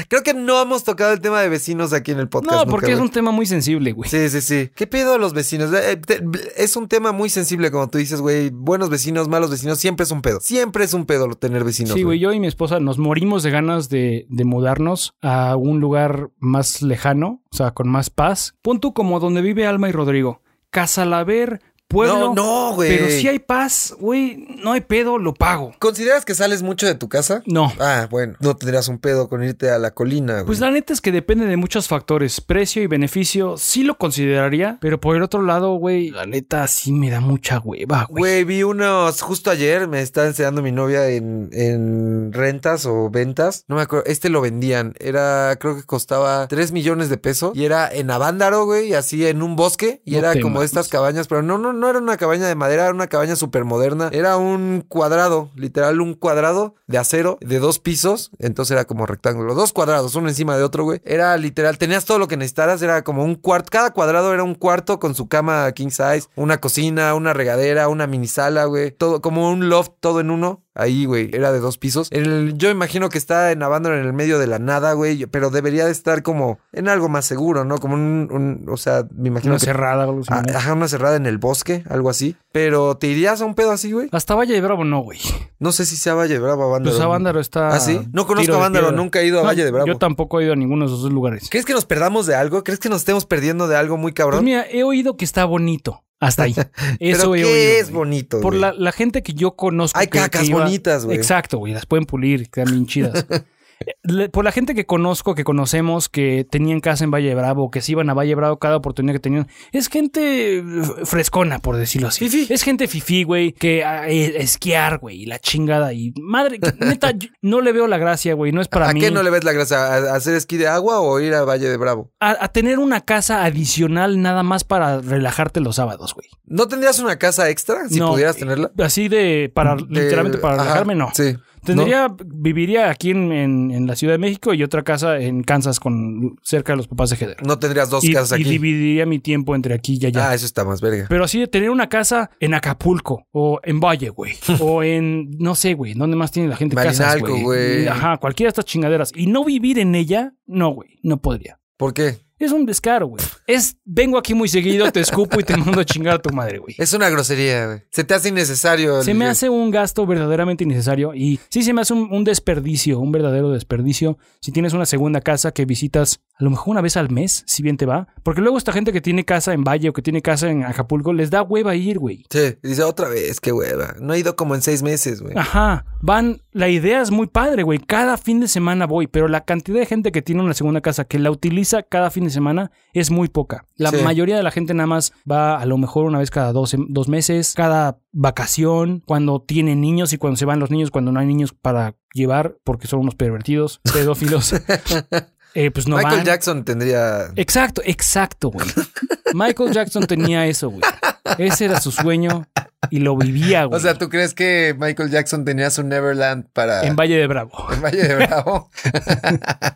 S1: Creo que no hemos tocado el tema de vecinos aquí en el podcast.
S2: No,
S1: nunca,
S2: porque es
S1: güey.
S2: un tema muy sensible, güey.
S1: Sí, sí, sí. ¿Qué pedo a los vecinos? Eh, te- Es un tema muy sensible, como tú dices, güey. Buenos vecinos, malos vecinos, siempre es un pedo. Siempre es un pedo tener vecinos.
S2: Sí, güey,
S1: güey.
S2: yo y mi esposa nos morimos de ganas de, de mudarnos a un lugar más lejano, o sea, con más paz. Pon tú como donde vive Alma y Rodrigo. Casalaver, pueblo.
S1: No, no, güey.
S2: Pero si hay paz, güey, no hay pedo, lo pago.
S1: ¿Consideras que sales mucho de tu casa?
S2: No.
S1: Ah, bueno. No tendrías un pedo con irte a la colina, güey.
S2: Pues la neta es que depende de muchos factores, precio y beneficio, sí lo consideraría, pero por el otro lado, güey, la neta sí me da mucha hueva, güey.
S1: Güey, vi unos justo ayer, me está enseñando mi novia en, en rentas o ventas. No me acuerdo, este lo vendían. Era, creo que costaba 3 millones de pesos y era en Avándaro, güey, y así en un bosque. Y
S2: No
S1: era
S2: te
S1: como
S2: mames.
S1: estas cabañas, pero no, no, no era una cabaña de madera, era una cabaña súper moderna. Era un cuadrado, literal, un cuadrado de acero de dos pisos. Entonces era como rectángulo, dos cuadrados, uno encima de otro, güey. Era literal, tenías todo lo que necesitaras, era como un cuarto, cada cuadrado era un cuarto con su cama king size, una cocina, una regadera, una mini sala, güey. Todo, como un loft, todo en uno. ahí, güey. Era de dos pisos. En el- yo imagino que está en Abandon en el medio de la nada, güey. Pero debería de estar como en algo más seguro, ¿no? Como un. un- o sea, me imagino
S2: Una
S1: que.
S2: cerrada o algo así,
S1: Ah,
S2: ¿no?
S1: Ajá, una cerrada en el bosque, algo así. Pero te irías a un pedo así, güey.
S2: Hasta Valle de Bravo no, güey.
S1: No sé si sea Valle de Bravo, Avándaro.
S2: Pues Avándaro está.
S1: Ah, sí. No conozco
S2: tiro
S1: a
S2: de
S1: Avándaro,
S2: piedra.
S1: nunca he ido a
S2: No,
S1: Valle de Bravo.
S2: Yo tampoco he ido a ninguno de esos dos lugares.
S1: ¿Crees que nos perdamos de algo? ¿Crees que nos estemos perdiendo de algo muy
S2: Pues
S1: cabrón?
S2: mira, he oído que está bonito. Hasta ahí. Eso
S1: ¿Pero
S2: he
S1: qué
S2: oído,
S1: es
S2: güey.
S1: bonito?
S2: Por
S1: güey?
S2: la, la gente que yo conozco.
S1: Hay
S2: que- que
S1: cacas
S2: iba-
S1: bonitas, güey.
S2: Exacto, güey. Las pueden pulir, quedan bien chidas. Le- Por la gente que conozco, que conocemos, que tenían casa en Valle de Bravo, que se iban a Valle de Bravo cada oportunidad que tenían, es gente eh, frescona, por decirlo así.
S1: Fifí.
S2: Es gente fifí, güey, que a- eh, esquiar, güey, y la chingada. Y madre, que- neta, yo no le veo la gracia, güey. No es para
S1: ¿A
S2: mí.
S1: qué no le ves la gracia? ¿A a hacer esquí de agua o ir a Valle de Bravo?
S2: a, a tener una casa adicional nada más para relajarte los sábados, güey.
S1: ¿No tendrías una casa extra si
S2: No,
S1: pudieras
S2: eh,
S1: tenerla?
S2: Así de, para,
S1: De-
S2: literalmente para
S1: ajá,
S2: relajarme, no.
S1: Sí.
S2: Tendría, viviría aquí en, en- en la Ciudad de México y otra casa en Kansas con cerca de los papás de Jeder.
S1: No, no tendrías dos
S2: y,
S1: casas
S2: y
S1: aquí.
S2: dividiría mi tiempo entre aquí y allá.
S1: Ah, eso está más verga.
S2: Pero así de tener una casa en Acapulco o en Valle, güey. o en, no sé, güey, ¿dónde más tiene la gente casas,
S1: Marinalco, güey.
S2: Ajá, cualquiera de estas chingaderas. Y no vivir en ella, no, güey, no podría.
S1: ¿Por qué?
S2: Es un descaro, güey. Es, vengo aquí muy seguido, te escupo y te mando a chingar a tu madre, güey.
S1: Es una grosería, güey. Se te hace innecesario. el-
S2: Se me hace un gasto verdaderamente innecesario y sí se me hace un, un desperdicio, un verdadero desperdicio. Si tienes una segunda casa que visitas a lo mejor una vez al mes, si bien te va. Porque luego esta gente que tiene casa en Valle o que tiene casa en Acapulco, les da hueva ir, güey.
S1: Sí, dice otra vez, qué hueva. No he ido como en seis meses, güey.
S2: Ajá, van, la idea es muy padre, güey. Cada fin de semana voy, pero la cantidad de gente que tiene una segunda casa que la utiliza cada fin de semana es muy poca. La
S1: Sí.
S2: mayoría de la gente nada más va a lo mejor una vez cada dos, dos meses, cada vacación, cuando tienen niños y cuando se van los niños, cuando no hay niños para llevar, porque son unos pervertidos, pedófilos. Eh, pues no
S1: Michael
S2: van. Eh,
S1: Jackson tendría.
S2: Exacto, exacto, güey. Michael Jackson tenía eso, güey. Ese era su sueño y lo vivía, güey.
S1: O sea, ¿tú crees que Michael Jackson tenía su Neverland para.
S2: en Valle de Bravo.
S1: en Valle de Bravo.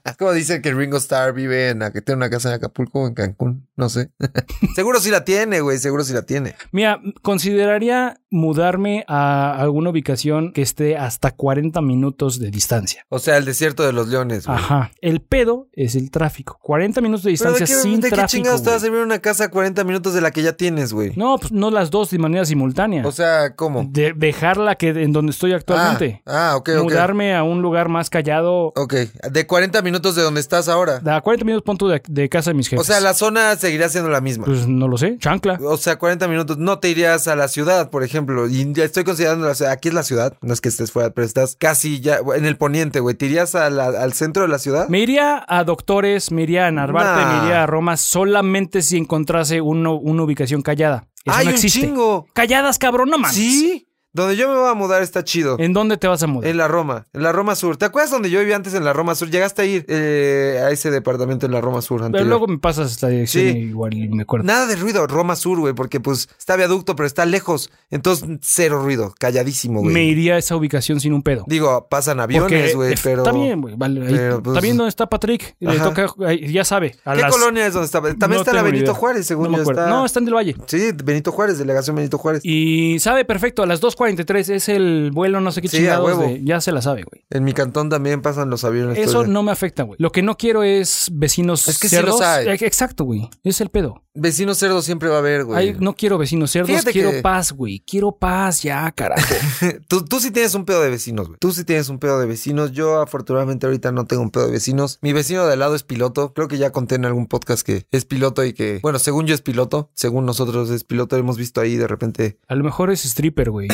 S1: es como dice que Ringo Starr vive en que tiene una casa en Acapulco o en Cancún, no sé. seguro sí la tiene, güey, seguro sí la tiene.
S2: Mira, consideraría mudarme a alguna ubicación que esté hasta 40 minutos de distancia.
S1: O sea, el desierto de los leones, güey.
S2: Ajá. El pedo es el tráfico. 40 minutos de
S1: Pero
S2: distancia
S1: ¿de qué,
S2: sin
S1: de qué
S2: tráfico.
S1: chingados te vas a
S2: güey.
S1: servir una casa a 40 minutos de la que ya tienes, güey?
S2: No, pues no las dos de manera simultánea.
S1: O sea, ¿cómo?
S2: de dejarla que en donde estoy actualmente.
S1: Ah, ah, ok, ok.
S2: Mudarme a un lugar más callado.
S1: Ok, de 40 minutos de donde estás ahora.
S2: A 40 minutos punto de, de casa de mis jefes.
S1: O sea, la zona seguirá siendo la misma.
S2: Pues no lo sé. Chancla.
S1: O sea, 40 minutos. No te irías a la ciudad, por ejemplo. Y ya estoy considerando la ciudad. Aquí es la ciudad. No es que estés fuera, pero estás casi ya en el poniente, güey. ¿Te irías a la- al centro de la ciudad?
S2: Me iría a Doctores, me iría a Narvarte,
S1: Nah.
S2: me iría a Roma solamente si encontrase uno- una ubicación callada. Eso
S1: ¡Hay
S2: no
S1: un
S2: existe.
S1: chingo!
S2: Calladas, cabrón, no mames.
S1: Sí. Donde yo me voy a mudar está chido.
S2: ¿En dónde te vas a mudar?
S1: En la Roma, en la Roma Sur. ¿Te acuerdas donde yo vivía antes en la Roma Sur? Llegaste a ir eh, a ese departamento en la Roma Sur antes.
S2: Pero luego me pasas la dirección
S1: Sí.
S2: y igual y me acuerdo.
S1: Nada de ruido, Roma Sur, güey, porque pues está viaducto, pero está lejos. Entonces, cero ruido, calladísimo, güey.
S2: me iría a esa ubicación sin un pedo.
S1: Digo, pasan
S2: Porque,
S1: aviones, güey,
S2: eh,
S1: pero.
S2: Está bien, güey. Vale, ahí-
S1: pero, pues,
S2: está bien dónde está Patrick. Le
S1: ajá.
S2: toca, ahí, ya sabe. A
S1: ¿Qué
S2: las-
S1: colonia es donde está? También
S2: No
S1: está la
S2: tengo ni
S1: Benito
S2: idea.
S1: Juárez,
S2: No
S1: según
S2: me
S1: yo
S2: acuerdo.
S1: está.
S2: No, está en Del Valle.
S1: Sí, Benito Juárez, delegación Benito Juárez.
S2: Y sabe perfecto, a las 2.43 es el vuelo, no sé qué
S1: Sí, a
S2: chingados.
S1: huevo.
S2: de- ya se la sabe, güey.
S1: En mi cantón también pasan los aviones. todo
S2: Eso
S1: el día.
S2: no me afecta, güey. Lo que no quiero es vecinos
S1: pues, Es que sí
S2: cerdos.
S1: los hay.
S2: Eh, Exacto, güey. Es el pedo.
S1: Vecino cerdo siempre va a haber, güey.
S2: Ay, no quiero vecinos cerdos,
S1: Fíjate
S2: quiero
S1: que-
S2: paz, güey. Quiero paz ya, carajo.
S1: Eh, Tú, tú sí tienes un pedo de vecinos, güey. Tú sí tienes un pedo de vecinos. Yo afortunadamente ahorita no tengo un pedo de vecinos. Mi vecino de al lado es piloto. Creo que ya conté en algún podcast que es piloto y que, bueno, según yo es piloto, según nosotros es piloto, hemos visto ahí de repente.
S2: A lo mejor es stripper, güey.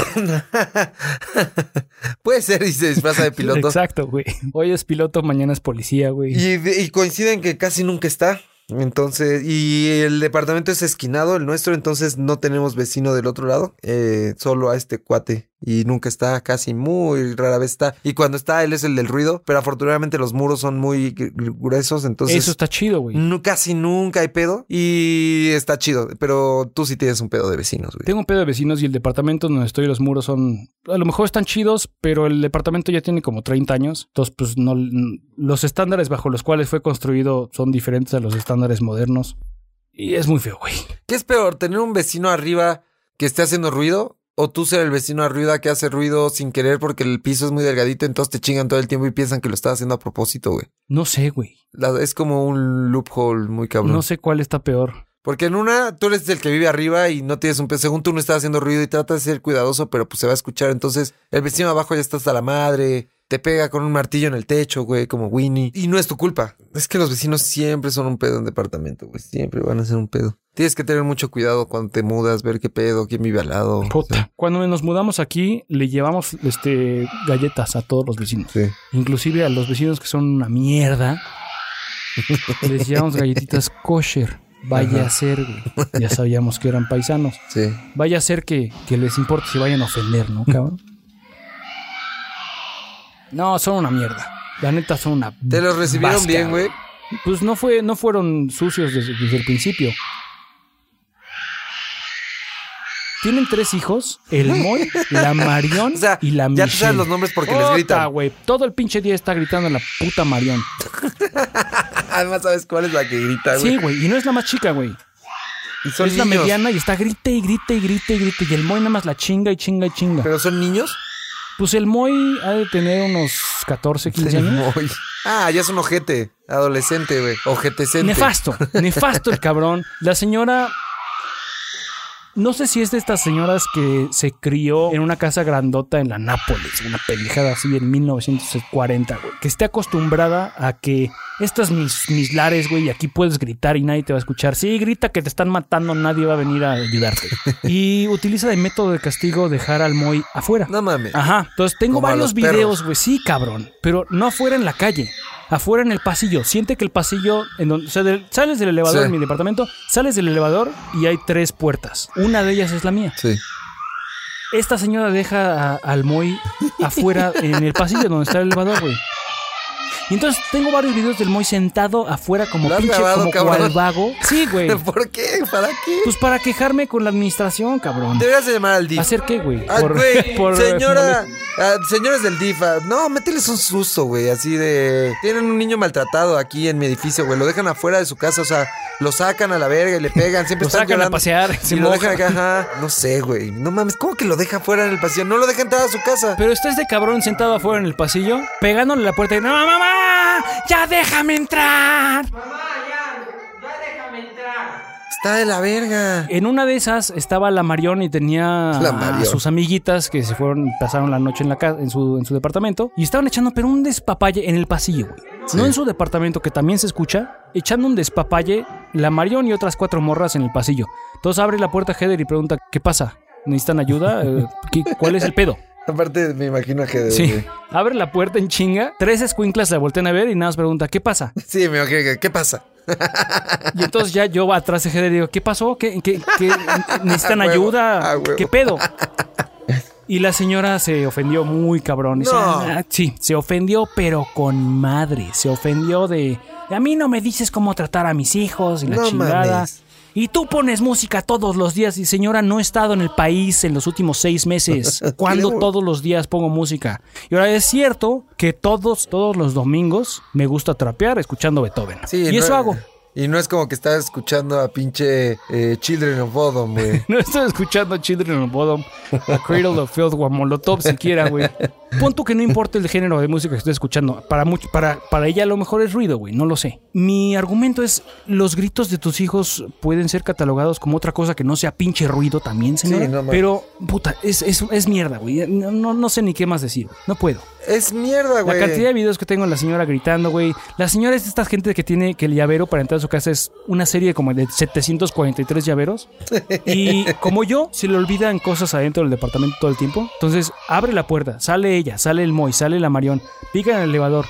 S1: Puede ser y se disfraza de piloto.
S2: Exacto, güey. Hoy es piloto, mañana es policía, güey.
S1: Y, de- y coinciden que casi nunca está. Entonces, y el departamento es esquinado, el nuestro, entonces no tenemos vecino del otro lado, eh, solo a este cuate. Y nunca está, casi muy rara vez está. Y cuando está, él es el del ruido, pero afortunadamente los muros son muy gr- gr- gruesos, entonces
S2: Eso está chido, güey.
S1: nu- casi nunca hay pedo. Y está chido, pero tú sí tienes un pedo de vecinos, güey.
S2: Tengo un pedo de vecinos y el departamento donde estoy, los muros son. A lo mejor están chidos, pero el departamento ya tiene como 30 años. Entonces, pues no. Los estándares bajo los cuales fue construido son diferentes a los estándares modernos. Y es muy feo, güey.
S1: ¿Qué es peor, tener un vecino arriba que esté haciendo ruido O tú ser el vecino arriba que hace ruido sin querer porque el piso es muy delgadito, entonces te chingan todo el tiempo y piensan que lo estás haciendo a propósito, güey.
S2: No sé, güey.
S1: La- es como un loophole muy cabrón.
S2: No sé cuál está peor.
S1: Porque en una, tú eres el que vive arriba y no tienes un peso. Según tú no estás haciendo ruido y tratas de ser cuidadoso, pero pues se va a escuchar. Entonces, el vecino abajo ya está hasta la madre. Te pega con un martillo en el techo, güey, como Winnie. Y no es tu culpa. Es que los vecinos siempre son un pedo en departamento, güey. Siempre van a ser un pedo. Tienes que tener mucho cuidado cuando te mudas, ver qué pedo, quién vive al lado.
S2: Puta. Cuando nos mudamos aquí, le llevamos este, galletas a todos los vecinos.
S1: Sí.
S2: Inclusive a los vecinos que son una mierda. les llevamos galletitas kosher. Vaya a ser, güey. Ya sabíamos que eran paisanos.
S1: Sí.
S2: Vaya a ser que, que les importe si vayan a ofender, ¿no, cabrón? No, son una mierda. La neta son una.
S1: Te los recibieron
S2: vasca,
S1: bien, güey.
S2: Pues no fue, no fueron sucios desde, desde el principio. Tienen tres hijos, el Moy, la Marión
S1: O sea,
S2: y la
S1: ya
S2: Michelle.
S1: te sabes los nombres porque les
S2: Ota,
S1: gritan.
S2: güey, todo el pinche día está gritando la puta Marión.
S1: Además, sabes cuál es la que grita, güey.
S2: Sí, güey, y no es la más chica, güey.
S1: Y son
S2: Es la
S1: niños.
S2: mediana y está grite y grite y grite y grite. Y el Moy nada más la chinga y chinga y chinga.
S1: ¿Pero son niños?
S2: Pues el Moy ha de tener unos 14, 15 años.
S1: Muy. Ah, ya es un ojete. Adolescente, güey. Ojetecente.
S2: Nefasto, nefasto el cabrón. La señora. No sé si es de estas señoras que se crió en una casa grandota en la Nápoles, una pendejada así en 1940, güey. Que esté acostumbrada a que estas mis, mis lares, güey, y aquí puedes gritar y nadie te va a escuchar. Sí, grita que te están matando, nadie va a venir a ayudarte. Y utiliza de método de castigo dejar al Moy afuera.
S1: No mames.
S2: Ajá. Entonces tengo
S1: Como a los
S2: varios
S1: perros.
S2: videos, güey. Sí, cabrón. Pero no afuera en la calle. Afuera en el pasillo. Siente que el pasillo. En donde, o sea, del- sales del elevador
S1: Sí.
S2: en mi departamento. Sales del elevador y hay tres puertas. Una de ellas es la mía.
S1: Sí.
S2: Esta señora deja a- al Moy afuera en el pasillo donde está el elevador, güey. Y entonces tengo varios videos del Moy sentado afuera como
S1: ¿Lo has
S2: pinche,
S1: grabado,
S2: como
S1: cabrón?
S2: cual vago. Sí, güey.
S1: ¿Por qué? ¿Para qué?
S2: Pues para quejarme con la administración, cabrón.
S1: Deberías de llamar al DIF.
S2: ¿Hacer qué, güey?
S1: Ah,
S2: Por-
S1: güey,
S2: por-
S1: señora, ah, señores del DIF, ah, no, mételes un susto, güey, así de... Tienen un niño maltratado aquí en mi edificio, güey, lo dejan afuera de su casa, o sea, lo sacan a la verga y le pegan, siempre
S2: Lo
S1: están
S2: sacan a
S1: llorando.
S2: pasear,
S1: y
S2: se
S1: lo
S2: moja.
S1: dejan acá, ajá. No sé, güey, no mames, ¿cómo que lo deja fuera en el pasillo? No lo deja entrar a su casa.
S2: Pero está este cabrón sentado afuera en el pasillo, pegándole la puerta y ¡No, mamá! ¡Ya déjame entrar!
S1: Está de la verga.
S2: En una de esas estaba la Marión y tenía
S1: La
S2: a
S1: Marión.
S2: sus amiguitas que se fueron, pasaron la noche en, la ca- en, su, en su departamento y estaban echando, pero un despapalle en el pasillo, güey. No en su departamento, que también se escucha, echando un despapalle la Marión y otras cuatro morras en el pasillo. Entonces abre la puerta Heather y pregunta: ¿Qué pasa? ¿Necesitan ayuda? Eh, ¿qué- ¿Cuál es el pedo?
S1: Aparte, me imagino que... de-
S2: Sí. Abre la puerta en chinga. Tres escuinclas la voltean a ver y nada más pregunta, ¿qué pasa?
S1: Sí, me imagino que... ¿Qué pasa?
S2: Y entonces ya yo atrás de Heather y digo, ¿qué pasó? ¿Qué, qué- qué- necesitan
S1: A huevo,
S2: ayuda?
S1: a huevo.
S2: ¿Qué pedo? Y la señora se ofendió muy cabrón. Dice,
S1: No.
S2: "Ah, sí, se ofendió, pero con madre. Se ofendió de. A mí no me dices cómo tratar a mis hijos y la
S1: No
S2: chingada.
S1: mames.
S2: Y tú pones música todos los días. Y señora, no he estado en el país en los últimos seis meses. ¿Cuándo
S1: Creo.
S2: todos los días pongo música? Y ahora es cierto que todos, todos los domingos me gusta trapear escuchando Beethoven.
S1: Sí,
S2: y
S1: no-
S2: eso hago.
S1: Y no es como que estás escuchando a pinche eh, Children of Bodom, güey.
S2: No estoy escuchando Children of Bodom, a Cradle of Field o a Molotov siquiera, güey. Pon tú que no importa el género de música que esté escuchando. Para, much- para, para ella a lo mejor es ruido, güey. No lo sé. Mi argumento es, los gritos de tus hijos pueden ser catalogados como otra cosa que no sea pinche ruido también, señora.
S1: no mames.
S2: Pero, puta, es, es, es mierda, güey. No, no, no sé ni qué más decir. No puedo.
S1: Es mierda,
S2: La
S1: güey.
S2: cantidad de videos que tengo de la señora gritando, güey. La señora es de esta gente que tiene que el llavero para entrar a su casa es una serie como de 743 llaveros. Y como yo, se le olvidan cosas adentro del departamento todo el tiempo. Entonces abre la puerta, sale ella, sale el Moy, sale la Marión, pica en el elevador.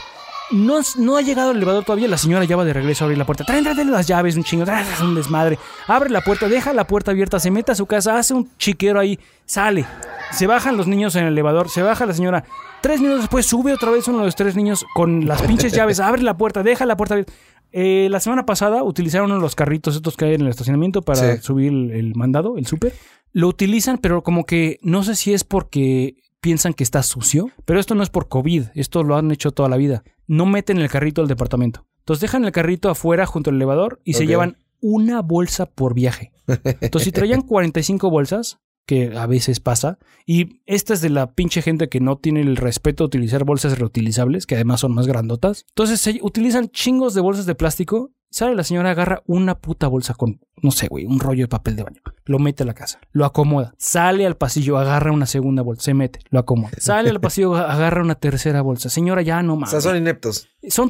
S2: No, es- no ha llegado el elevador todavía, la señora ya va de regreso a abrir la puerta. Traen, traen las llaves, un chingo, traen, traen, un desmadre. Abre la puerta, deja la puerta abierta, se mete a su casa, hace un chiquero ahí, sale. Se bajan los niños en el elevador, se baja la señora. Tres minutos después sube otra vez uno de los tres niños con las pinches llaves, abre la puerta, deja la puerta abierta. Eh, la semana pasada utilizaron uno de los carritos estos que hay en el estacionamiento para
S1: Sí.
S2: subir el, el mandado, el súper. Lo utilizan, pero como que no sé si es porque piensan que está sucio, pero esto no es por COVID, esto lo han hecho toda la vida. No meten el carrito al departamento. Entonces dejan el carrito afuera junto al elevador y se
S1: Ok.
S2: llevan una bolsa por viaje. Entonces si traían 45 bolsas, que a veces pasa. Y esta es de la pinche gente que no tiene el respeto de utilizar bolsas reutilizables, que además son más grandotas. Entonces se utilizan chingos de bolsas de plástico. Sale la señora, agarra una puta bolsa con, no sé, güey, un rollo de papel de baño. Lo mete a la casa, lo acomoda. Sale al pasillo, agarra una segunda bolsa, se mete, lo acomoda. Sale al pasillo, agarra una tercera bolsa. Señora, ya no
S1: O
S2: mames.
S1: sea, son ineptos.
S2: Son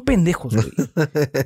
S2: pendejos, güey.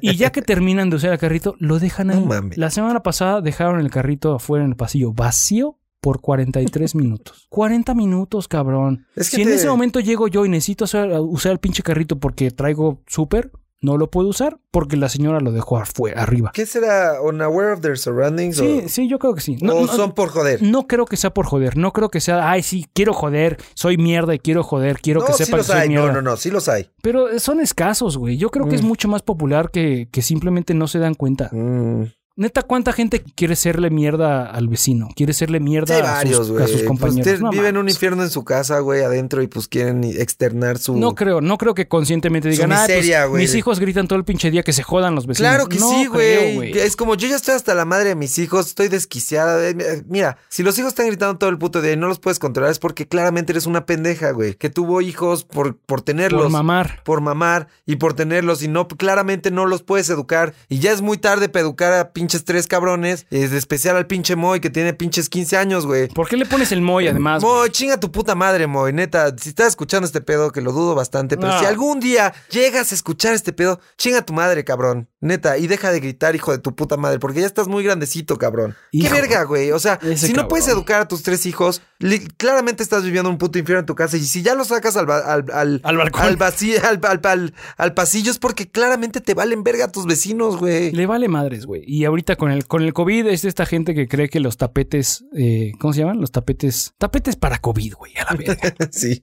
S2: Y ya que terminan de usar el carrito, lo dejan ahí.
S1: No mames.
S2: La semana pasada dejaron el carrito afuera en el pasillo vacío por 43 minutos. 40 minutos, cabrón.
S1: Es que
S2: si en
S1: te-
S2: ese momento llego yo y necesito hacer- usar el pinche carrito porque traigo súper, no lo puedo usar porque la señora lo dejó afuera, arriba.
S1: ¿Qué será? ¿Unaware of their surroundings?
S2: Sí,
S1: o,
S2: sí, yo creo que sí.
S1: o son por joder?
S2: No creo que sea por joder, no creo que sea, ay, sí, quiero joder, soy mierda y quiero joder, quiero
S1: no,
S2: que
S1: sí
S2: sepan que
S1: los
S2: soy
S1: hay.
S2: mierda.
S1: No, no, no, sí los hay.
S2: Pero son escasos, güey. Yo creo que es
S1: Mm.
S2: mucho más popular que, que simplemente no se dan cuenta.
S1: Mm.
S2: Neta, ¿cuánta gente quiere serle mierda al vecino? Quiere serle mierda
S1: Sí, hay
S2: a,
S1: varios,
S2: sus,
S1: güey.
S2: a sus
S1: Pues,
S2: compañeros.
S1: te-
S2: No
S1: viven un
S2: mames.
S1: infierno en su casa, güey, adentro y pues quieren externar su.
S2: No creo, no creo que conscientemente
S1: Su
S2: digan, "Ah, pues,
S1: miseria, güey".
S2: mis hijos gritan todo el pinche día que se jodan los vecinos.
S1: Claro que
S2: No
S1: sí,
S2: creo,
S1: güey. Es como yo ya estoy hasta la madre de mis hijos, estoy desquiciada. eh, mi- Mira, si los hijos están gritando todo el puto día y no los puedes controlar es porque claramente eres una pendeja, güey, que tuvo hijos por, por tenerlos.
S2: Por mamar.
S1: por mamar y por tenerlos y no claramente no los puedes educar y ya es muy tarde para educar a pinches tres cabrones, es de especial al pinche Moy que tiene pinches 15 años, güey.
S2: ¿Por qué le pones el moy además? güey?
S1: Moy, chinga tu puta madre, Moy, neta, si estás escuchando este pedo, que lo dudo bastante, pero
S2: No.
S1: si algún día llegas a escuchar este pedo, chinga tu madre, cabrón, neta, y deja de gritar, hijo de tu puta madre, porque ya estás muy grandecito, cabrón.
S2: Hijo.
S1: ¿Qué verga, güey? O sea,
S2: Ese
S1: si no puedes
S2: cabrón.
S1: educar a tus tres hijos, li- claramente estás viviendo un puto infierno en tu casa y si ya los sacas al... ba- al- al
S2: Al balcón.
S1: al, vaci- al, al- al- al pasillo es porque claramente te valen verga tus vecinos, güey.
S2: Le vale madres, güey. Y ahorita con el, con el COVID es esta gente que cree que los tapetes, eh, ¿cómo se llaman? Los tapetes, tapetes para COVID, güey, a la verga.
S1: Sí.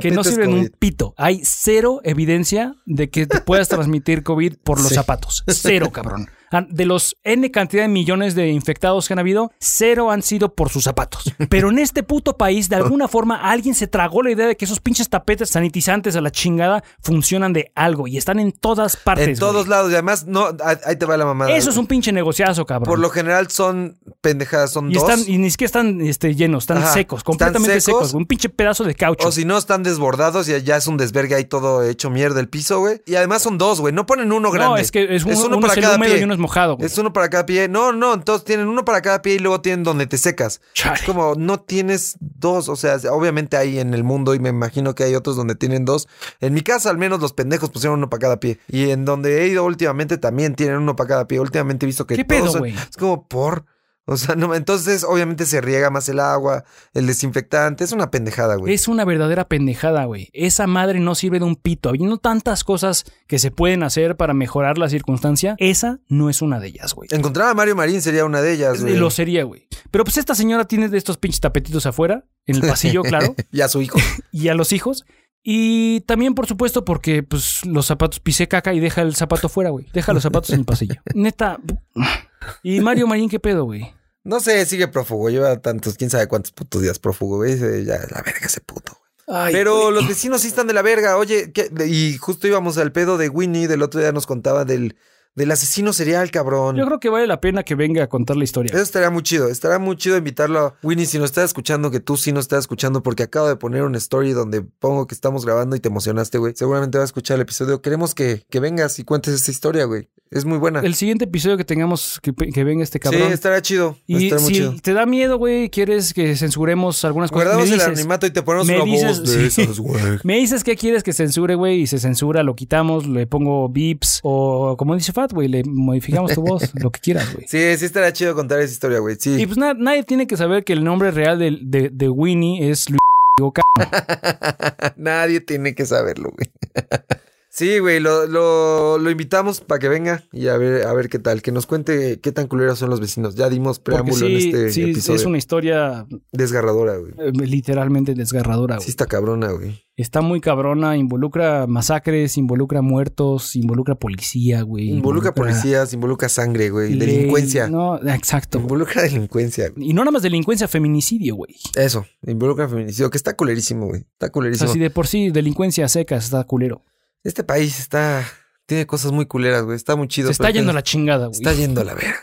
S2: que no sirven un pito. Hay cero evidencia de que te puedas transmitir COVID por los
S1: Sí.
S2: zapatos. Cero, cabrón. Han- De los N cantidad de millones de infectados que han habido, cero han sido por sus zapatos. Pero en este puto país, de alguna forma, alguien se tragó la idea de que esos pinches tapetes sanitizantes a la chingada funcionan de algo y están en todas partes.
S1: En todos
S2: güey.
S1: lados. Y además, no, ah, ahí te va la mamada.
S2: Eso es un pinche negociazo, cabrón.
S1: Por lo general son pendejadas, son
S2: y,
S1: dos.
S2: están, y ni siquiera están este, llenos, están
S1: Ajá.
S2: secos,
S1: Están
S2: completamente
S1: secos.
S2: secos. güey. Un pinche pedazo de caucho.
S1: O si no, están desbordados y ya es un desvergue ahí todo hecho mierda el piso, güey. Y además son dos, güey. No ponen uno grande.
S2: no, es que es, un- uno,
S1: para
S2: es el
S1: cada
S2: húmedo
S1: pie.
S2: y uno es mojado. güey.
S1: Es uno para cada pie. No, no, entonces tienen uno para cada pie y luego tienen donde te secas.
S2: Chale.
S1: Es como no tienes dos. O sea, obviamente hay en el mundo y me imagino que hay otros donde tienen dos. En mi casa, al menos los pendejos pusieron uno para cada pie. Y en donde he ido últimamente también tienen uno para cada pie. Últimamente he visto que
S2: ¿Qué
S1: todos
S2: pedo,
S1: son-
S2: güey?
S1: Es como por. O sea, no, entonces obviamente se riega más el agua, el desinfectante. Es una pendejada, güey.
S2: Es una verdadera pendejada, güey. Esa madre no sirve de un pito. Habiendo tantas cosas que se pueden hacer para mejorar la circunstancia, esa no es una de ellas, güey.
S1: Encontrar a Mario Marín sería una de ellas, güey.
S2: Lo sería, güey. Pero pues esta señora tiene de estos pinches tapetitos afuera, en el pasillo, claro,
S1: Y a su hijo.
S2: y a los hijos. Y también, por supuesto, porque pues los zapatos pisé caca y deja el zapato fuera, güey. Deja los zapatos en el pasillo. Neta. Y Mario Marín, ¿qué pedo, güey?
S1: No sé, sigue prófugo. Lleva tantos, quién sabe cuántos putos días prófugo, güey. Dice, Ya, la verga ese puto. güey. Pero los vecinos sí están de la verga. Oye, ¿qué? De- y justo íbamos al pedo de Winnie, del otro día nos contaba del, del asesino serial, cabrón.
S2: Yo creo que vale la pena que venga a contar la historia.
S1: Eso estaría muy chido. Estaría muy chido invitarlo a Winnie si nos estás escuchando, que tú sí nos estás escuchando, porque acabo de poner una story donde pongo que estamos grabando y te emocionaste, güey. Seguramente va a escuchar el episodio. Queremos que, que vengas y cuentes esta historia, güey. Es muy buena.
S2: El siguiente episodio que tengamos, que, que venga este
S1: Sí,
S2: cabrón.
S1: estará chido.
S2: Y
S1: Estará muy
S2: si
S1: chido.
S2: te da miedo, güey, quieres que censuremos algunas cosas.
S1: Guardamos
S2: me
S1: el
S2: dices,
S1: anonimato y te ponemos
S2: me
S1: una
S2: dices-
S1: voz de
S2: sí.
S1: esas, güey.
S2: me dices qué quieres que censure, güey, y se censura, lo quitamos, le pongo beeps o como dice Fat, güey, le modificamos tu voz, lo que quieras, güey.
S1: Sí, sí estará chido contar esa historia, güey. Sí.
S2: Y pues na- nadie tiene que saber que el nombre real de, de- de Winnie es Luis. Diego Ca-
S1: Nadie tiene que saberlo, güey. Sí, güey, lo, lo- lo invitamos para que venga y a ver, a ver qué tal, que nos cuente qué tan culeros son los vecinos. Ya dimos
S2: Porque
S1: preámbulo
S2: sí,
S1: en este
S2: sí,
S1: episodio.
S2: es una historia
S1: Desgarradora, güey.
S2: eh, literalmente desgarradora, Ah, güey.
S1: Sí está cabrona, güey.
S2: Está muy cabrona, involucra masacres, involucra muertos, involucra policía, güey.
S1: Involucra policías, involucra sangre, güey.
S2: ley,
S1: Delincuencia.
S2: No, exacto. güey.
S1: Involucra delincuencia, güey.
S2: Y no nada más delincuencia, feminicidio, güey.
S1: Eso, involucra feminicidio, que está culerísimo, güey. Está
S2: O sea,
S1: culerísimo.
S2: si de por sí delincuencia seca está culero.
S1: Este país está... Tiene cosas muy culeras, güey. Está muy chido.
S2: Se está
S1: pero-
S2: yendo a la chingada, güey.
S1: Está yendo a la verga.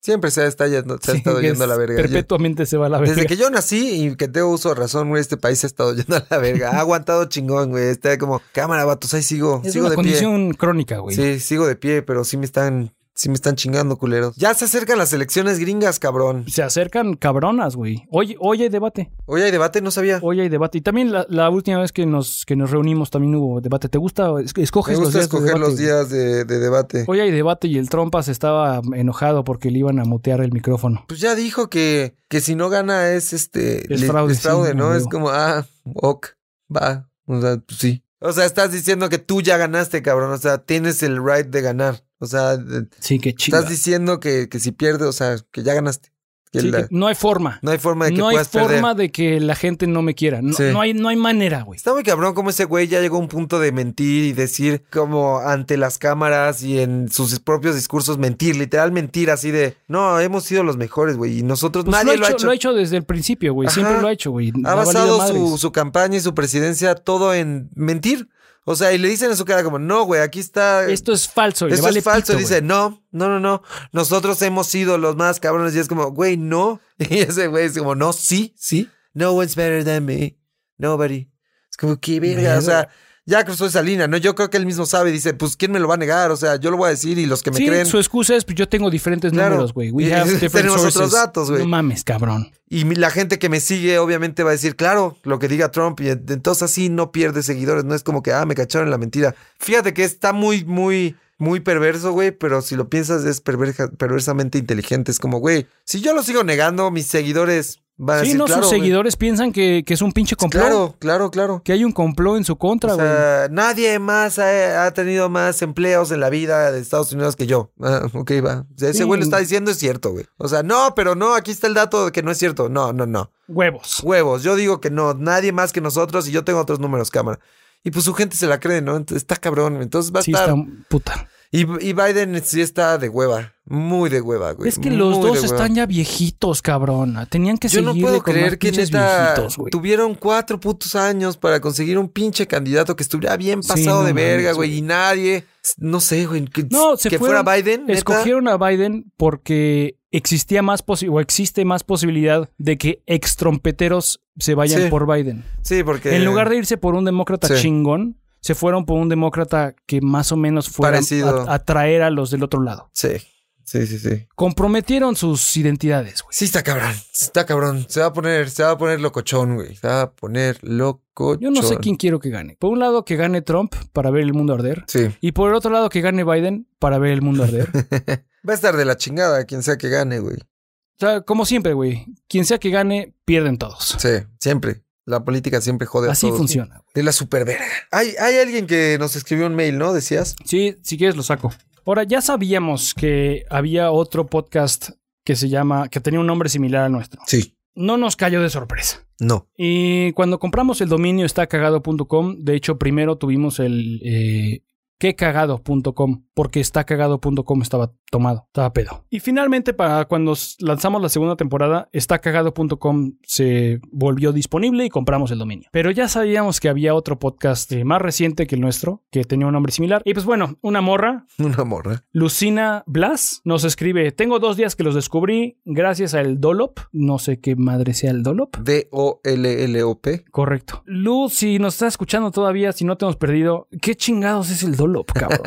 S1: Siempre se, está yendo- se ha
S2: Sí,
S1: estado
S2: que
S1: yendo a
S2: es-
S1: la verga. Yo-
S2: Perpetuamente se va a la verga.
S1: Desde que yo nací y que tengo uso de razón, güey, este país se ha estado yendo a la verga. Ha aguantado chingón, güey. Está como, cámara, vatos, ahí sigo.
S2: es
S1: sigo
S2: una
S1: de
S2: condición crónica,
S1: pie.
S2: güey.
S1: Sí, sigo de pie, pero sí me están, sí me están chingando, culeros. Ya se acercan las elecciones gringas, cabrón.
S2: Se acercan cabronas, güey. Hoy, hoy hay debate.
S1: Hoy hay debate, no sabía.
S2: Hoy hay debate. Y también la, la última vez que nos, que nos reunimos también hubo debate. ¿Te gusta? Es-
S1: Me
S2: Escoges los
S1: gusta
S2: días de
S1: escoger los
S2: debate.
S1: días de, de debate.
S2: Hoy hay debate y el Trompas estaba enojado porque le iban a mutear el micrófono.
S1: Pues ya dijo que, que si no gana es este
S2: Es
S1: le-
S2: fraude, sí,
S1: ¿no?
S2: amigo.
S1: Es como, ah, ok, va. O sea, pues sí. O sea, estás diciendo que tú ya ganaste, cabrón. O sea, tienes el right de ganar. O sea, de-
S2: Sí, qué chido.
S1: Estás diciendo que, que si pierdes, o sea, que ya ganaste. Que la-
S2: no hay forma.
S1: No hay forma de que
S2: No hay
S1: puedas
S2: forma
S1: perder.
S2: de que la gente no me quiera. No,
S1: Sí.
S2: no hay, no hay manera, güey. Pues
S1: Está muy cabrón como ese güey ya llegó a un punto de mentir y decir como ante las cámaras y en sus propios discursos mentir, literal mentir así de, no, hemos sido los mejores, güey, y nosotros
S2: Pues
S1: nadie lo, ha hecho.
S2: lo ha hecho desde el principio, güey.
S1: Ajá.
S2: Siempre lo ha hecho, güey. Le
S1: Ha
S2: valido
S1: basado
S2: madres.
S1: su, su campaña y su presidencia todo en mentir. O sea, y le dicen en su cara como, no, güey, aquí está...
S2: Esto es falso. y le
S1: Esto
S2: vale
S1: es falso.
S2: pito,
S1: y dice, no, no, no, no. Nosotros hemos sido los más cabrones. Y es como, güey, no. Y ese güey es como, no, sí, sí. No one's better than me. Nobody. Es como, qué verga. O sea, ya cruzó esa línea, ¿no? Yo creo que él mismo sabe. Dice, pues, ¿quién me lo va a negar? O sea, yo lo voy a decir y los que me
S2: sí,
S1: creen.
S2: su excusa es, pues yo tengo diferentes
S1: Claro.
S2: números, güey. We
S1: Y
S2: have different
S1: tenemos otros
S2: sources.
S1: datos, güey.
S2: No mames, cabrón.
S1: Y mi- la gente que me sigue, obviamente, va a decir, claro, lo que diga Trump. Y ent- entonces así no pierde seguidores. No es como que, ah, me cacharon en la mentira. Fíjate que está muy, muy, muy perverso, güey. Pero si lo piensas, es perverja- perversamente inteligente. Es como, güey, si yo lo sigo negando, mis seguidores van a
S2: sí,
S1: decir,
S2: no,
S1: Ah, claro.
S2: sus
S1: güey".
S2: seguidores piensan que, que es un pinche complot.
S1: Claro, claro, claro.
S2: Que hay un complot en su contra,
S1: O
S2: güey.
S1: sea, nadie más ha, ha tenido más empleos en la vida de Estados Unidos que yo. Ah, ok, va. O sea, ese
S2: Sí.
S1: güey lo está diciendo, es cierto, güey. O sea, no, pero no, aquí está el dato de que no es cierto. No, no, no.
S2: Huevos.
S1: huevos. Yo digo que no, nadie más que nosotros y yo tengo otros números, cámara. Y pues su gente se la cree, ¿no? Entonces, está cabrón. Entonces va a
S2: Sí,
S1: estar.
S2: está puta.
S1: Y, y Biden sí está de hueva. Muy de hueva, güey.
S2: es que los
S1: muy de
S2: dos
S1: hueva.
S2: están ya viejitos, cabrón. Tenían que
S1: Yo no
S2: seguirle
S1: puedo
S2: con más
S1: creer que
S2: pinches
S1: neta
S2: viejitos, güey.
S1: tuvieron cuatro putos años para conseguir un pinche candidato que estuviera bien
S2: Sí,
S1: pasado
S2: no
S1: de verga,
S2: mames,
S1: güey. Y nadie. No sé, güey. Que,
S2: No, se
S1: que
S2: fueron-
S1: fuera Biden. neta.
S2: Escogieron a Biden porque existía más posi- o existe más posibilidad de que ex trompeteros se vayan
S1: Sí.
S2: por Biden.
S1: Sí, porque.
S2: En lugar de irse por un demócrata
S1: Sí.
S2: chingón, se fueron por un demócrata que más o menos fuera
S1: Parecido.
S2: a atraer a los del otro lado.
S1: Sí. Sí, sí, sí.
S2: Comprometieron sus identidades, güey.
S1: Sí, está cabrón. Está cabrón. Se va a poner, se va a poner locochón, güey. Se va a poner locochón.
S2: Yo no sé quién quiero que gane. Por un lado, que gane Trump para ver el mundo arder.
S1: Sí.
S2: Y por el otro lado, que gane Biden para ver el mundo arder. o
S1: Va a estar de la chingada quien sea que gane, güey.
S2: sea, como siempre, güey. Quien sea que gane, pierden todos.
S1: Sí, siempre. La política siempre jode a
S2: Así
S1: todos.
S2: funciona. güey.
S1: De la superverga. Hay, hay alguien que nos escribió un mail, ¿no? Decías.
S2: Sí, si quieres lo saco. Ahora, ya sabíamos que había otro podcast que se llama, que tenía un nombre similar al nuestro.
S1: Sí.
S2: No nos cayó de sorpresa.
S1: No.
S2: Y cuando compramos el dominio estacagado.com, de hecho primero tuvimos el eh, quecagado.com, porque estacagado.com estaba tomado, estaba pedo. Y finalmente para cuando s- lanzamos la segunda temporada, estacagado.com se volvió disponible y compramos el dominio. Pero ya sabíamos que había otro podcast eh, más reciente que el nuestro, que tenía un nombre similar. Y pues bueno, una morra
S1: Una morra.
S2: Lucina Blas nos escribe, tengo dos días que los descubrí gracias al Dolop, no sé qué madre sea el Dolop,
S1: D-O-L-L-O-P.
S2: Correcto. Luz, si nos estás escuchando todavía, si no te hemos perdido, ¿qué chingados es el Dolop, cabrón?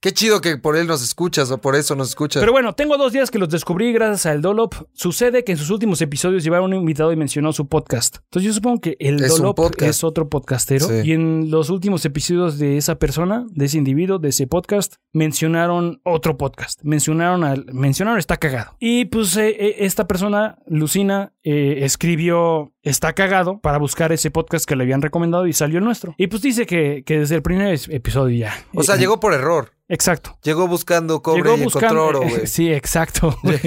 S1: Qué chido que por él nos escuchas o por eso nos escuchas.
S2: Pero bueno, tengo dos días que los descubrí gracias al Dolop. Sucede que en sus últimos episodios llevaron un invitado y mencionó su podcast. Entonces yo supongo que el
S1: Es un
S2: Dolop
S1: podcast.
S2: es otro podcastero.
S1: Sí.
S2: Y en los últimos episodios de esa persona, de ese individuo, de ese podcast, mencionaron otro podcast. Mencionaron al... Mencionaron Está Cagado. Y pues eh, eh, esta persona, Lucina, eh, escribió Está Cagado para buscar ese podcast que le habían recomendado y salió el nuestro. Y pues dice que, que desde el primer es- episodio ya.
S1: o sea,
S2: Eh,
S1: llegó por error.
S2: Exacto.
S1: Llegó buscando cobre y encontró oro, güey.
S2: Sí, exacto. güey.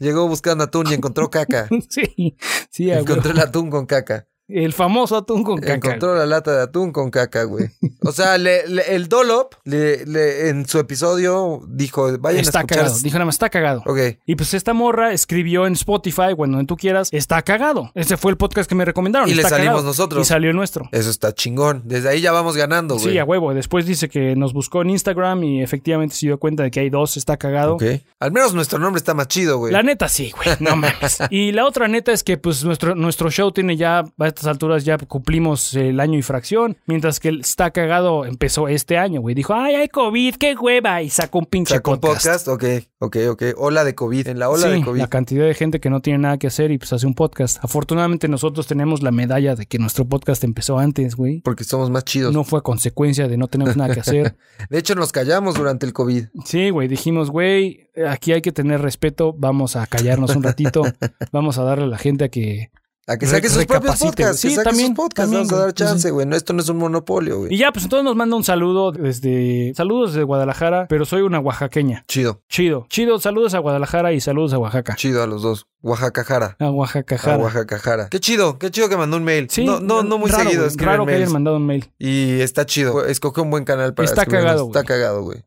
S1: llegó buscando atún y encontró caca.
S2: Sí, sí, a huevo.
S1: Encontró el atún con caca.
S2: El famoso atún con caca.
S1: Encontró la lata de atún con caca, güey. O sea, le- le- el Dolop le- le- en su episodio dijo, vayan a
S2: Está
S1: escuchar.
S2: cagado. Dijo nada más, está cagado.
S1: Ok.
S2: Y pues esta morra escribió en Spotify, bueno, donde tú quieras, está cagado. Ese fue el podcast que me recomendaron.
S1: Y le
S2: está
S1: salimos
S2: cagado.
S1: nosotros.
S2: Y salió el nuestro.
S1: Eso está chingón. Desde ahí ya vamos ganando, güey.
S2: Sí, a huevo. Después dice que nos buscó en Instagram y efectivamente se dio cuenta de que hay dos, está cagado.
S1: Ok. Al menos nuestro nombre está más chido, güey.
S2: La neta sí, güey, no mames. Y la otra neta es que pues nuestro, nuestro show tiene ya, a estas alturas ya cumplimos el año y fracción, mientras que el Está Cagado empezó este año, güey. Dijo, ay, hay COVID, qué hueva, y sacó un pinche
S1: Sacó un
S2: podcast.
S1: podcast. Ok, ok, ok. Ola de COVID. En la ola
S2: Sí,
S1: de COVID.
S2: la cantidad de gente que no tiene nada que hacer y pues hace un podcast. Afortunadamente nosotros tenemos la medalla de que nuestro podcast empezó antes, güey.
S1: Porque somos más chidos.
S2: No fue consecuencia de no tenemos nada que hacer.
S1: De hecho, nos callamos durante el COVID.
S2: Sí, güey, dijimos, güey, aquí hay que tener respeto, vamos a callarnos un ratito, vamos a darle a la gente a que
S1: A que
S2: Re-
S1: saque sus propios
S2: recapacite,
S1: podcasts. que
S2: güey. Sí,
S1: saque
S2: también,
S1: sus podcasts.
S2: también,
S1: Vamos a
S2: güey.
S1: dar chance, güey. No, esto no es un monopolio,
S2: Y
S1: güey.
S2: ya, pues entonces nos manda un saludo desde. Saludos de Guadalajara, pero soy una oaxaqueña.
S1: Chido,
S2: Chido, chido. Saludos a Guadalajara y saludos a Oaxaca.
S1: chido a los dos. Oaxaca Jara.
S2: A Oaxaca.
S1: A Oaxaca Jara. Qué chido, qué chido que mandó un mail.
S2: Sí,
S1: no, no, no muy
S2: raro,
S1: seguido
S2: güey,
S1: escriben
S2: Raro que
S1: mails.
S2: hayan mandado un mail.
S1: Y está chido. Escogió un buen canal para
S2: Está
S1: escribirnos.
S2: cagado,
S1: Está
S2: güey.
S1: cagado, güey.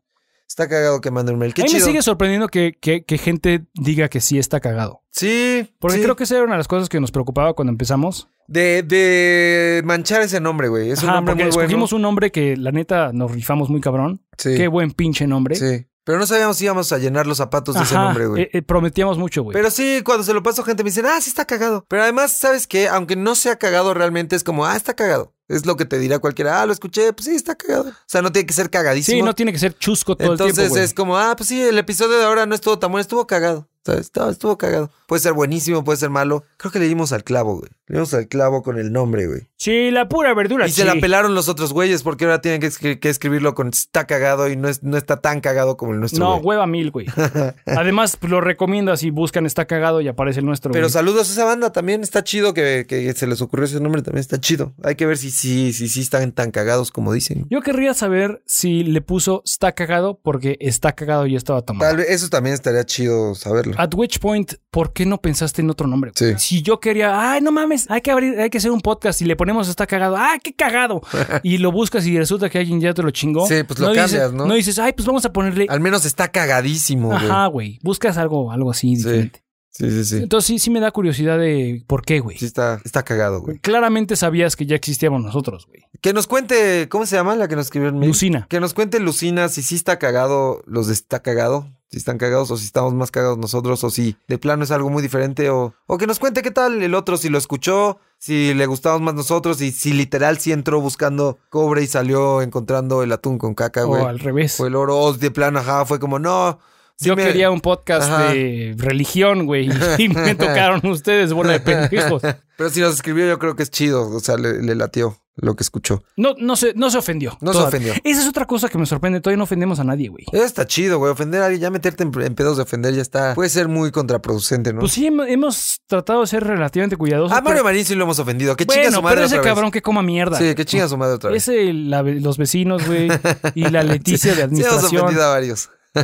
S1: Está cagado que mande un mail. Qué
S2: a mí
S1: chido.
S2: me sigue sorprendiendo que, que- que gente diga que sí está cagado.
S1: Sí,
S2: Porque
S1: sí.
S2: creo que esa era una de las cosas que nos preocupaba cuando empezamos.
S1: De, de manchar ese nombre, güey. Es un
S2: Ajá,
S1: nombre
S2: porque
S1: muy bueno.
S2: escogimos un nombre que la neta nos rifamos muy cabrón.
S1: Sí,
S2: Qué buen pinche nombre.
S1: sí. Pero no sabíamos si íbamos a llenar los zapatos de ese
S2: Ajá,
S1: nombre, güey.
S2: eh, eh, prometíamos mucho, güey.
S1: Pero sí, cuando se lo paso a gente me dicen, ah, sí está cagado. Pero además, ¿sabes qué? Aunque no sea cagado realmente, es como, ah, está cagado. Es lo que te dirá cualquiera, ah, lo escuché, pues sí, está cagado. O sea, no tiene que ser cagadísimo.
S2: Sí, no tiene que ser chusco todo el tiempo.
S1: Entonces
S2: güey.
S1: es como, ah, pues sí, el episodio de ahora no estuvo tan bueno, estuvo cagado. ¿sabes? Estuvo, estuvo cagado. Puede ser buenísimo, puede ser malo. Creo que le dimos al clavo, güey. Le dimos al clavo con el nombre, güey.
S2: Sí, la pura verdura.
S1: Y se la
S2: sí.
S1: pelaron los otros güeyes porque ahora tienen que, escri- que escribirlo con está cagado y no, es, no está tan cagado como el nuestro.
S2: No,
S1: güey.
S2: hueva mil, güey. Además, pues, lo recomiendas y buscan está cagado y aparece el nuestro.
S1: Pero
S2: güey.
S1: saludos a esa banda también. Está chido que, que se les ocurrió ese nombre también. Está chido. Hay que ver si sí si, sí están tan cagados como dicen.
S2: Yo querría saber si le puso está cagado porque está cagado y estaba tomado.
S1: Tal vez eso también estaría chido saberlo.
S2: At which point, ¿por qué no pensaste en otro nombre? güey?
S1: Sí.
S2: Si yo quería, ay, no mames, hay que abrir, hay que hacer un podcast y le ponemos está cagado, ah, qué cagado. y lo buscas y resulta que alguien ya te lo chingó.
S1: Sí, pues lo
S2: no dices-
S1: cambias, ¿no?
S2: No dices, ay, pues vamos a ponerle.
S1: Al menos está cagadísimo, güey.
S2: Ajá, güey. Buscas algo, algo así
S1: Sí.
S2: diferente.
S1: Sí, sí, sí.
S2: Entonces sí, sí me da curiosidad de por qué, güey.
S1: Sí está, está cagado, güey.
S2: Claramente sabías que ya existíamos nosotros, güey.
S1: Que nos cuente, ¿cómo se llama la que nos escribió en mail?
S2: Lucina.
S1: Que nos cuente Lucina si sí está cagado, los de está cagado, si están cagados o si estamos más cagados nosotros o si de plano es algo muy diferente o, o que nos cuente qué tal el otro, si lo escuchó, si le gustamos más nosotros y si literal sí entró buscando cobre y salió encontrando el atún con caca,
S2: O
S1: güey.
S2: al revés.
S1: O el oro, o de plano, ajá, fue como, no. sí
S2: Yo
S1: me-
S2: quería un podcast
S1: Ajá.
S2: de religión, güey, y me tocaron ustedes, bola de pendejos.
S1: Pero si nos escribió yo creo que es chido, o sea, le, le latió lo que escuchó.
S2: No, no, se, no se ofendió.
S1: No se
S2: Todavía.
S1: ofendió.
S2: Esa es otra cosa que me sorprende. Todavía no ofendemos a nadie, güey.
S1: Eso está chido, güey. Ofender a alguien, ya meterte en, en pedos de ofender ya está. Puede ser muy contraproducente, ¿no?
S2: Pues sí, hemo- hemos tratado de ser relativamente cuidadosos.
S1: A Mario
S2: pero-
S1: Marín sí lo hemos ofendido. Ah, Que chinga
S2: bueno,
S1: su madre
S2: pero ese
S1: otra vez.
S2: cabrón que coma mierda.
S1: Sí, que chinga su madre otra vez.
S2: Ese, la- los vecinos, güey, y la Leticia de
S1: Sí, hemos
S2: administración.
S1: ofendido a varios.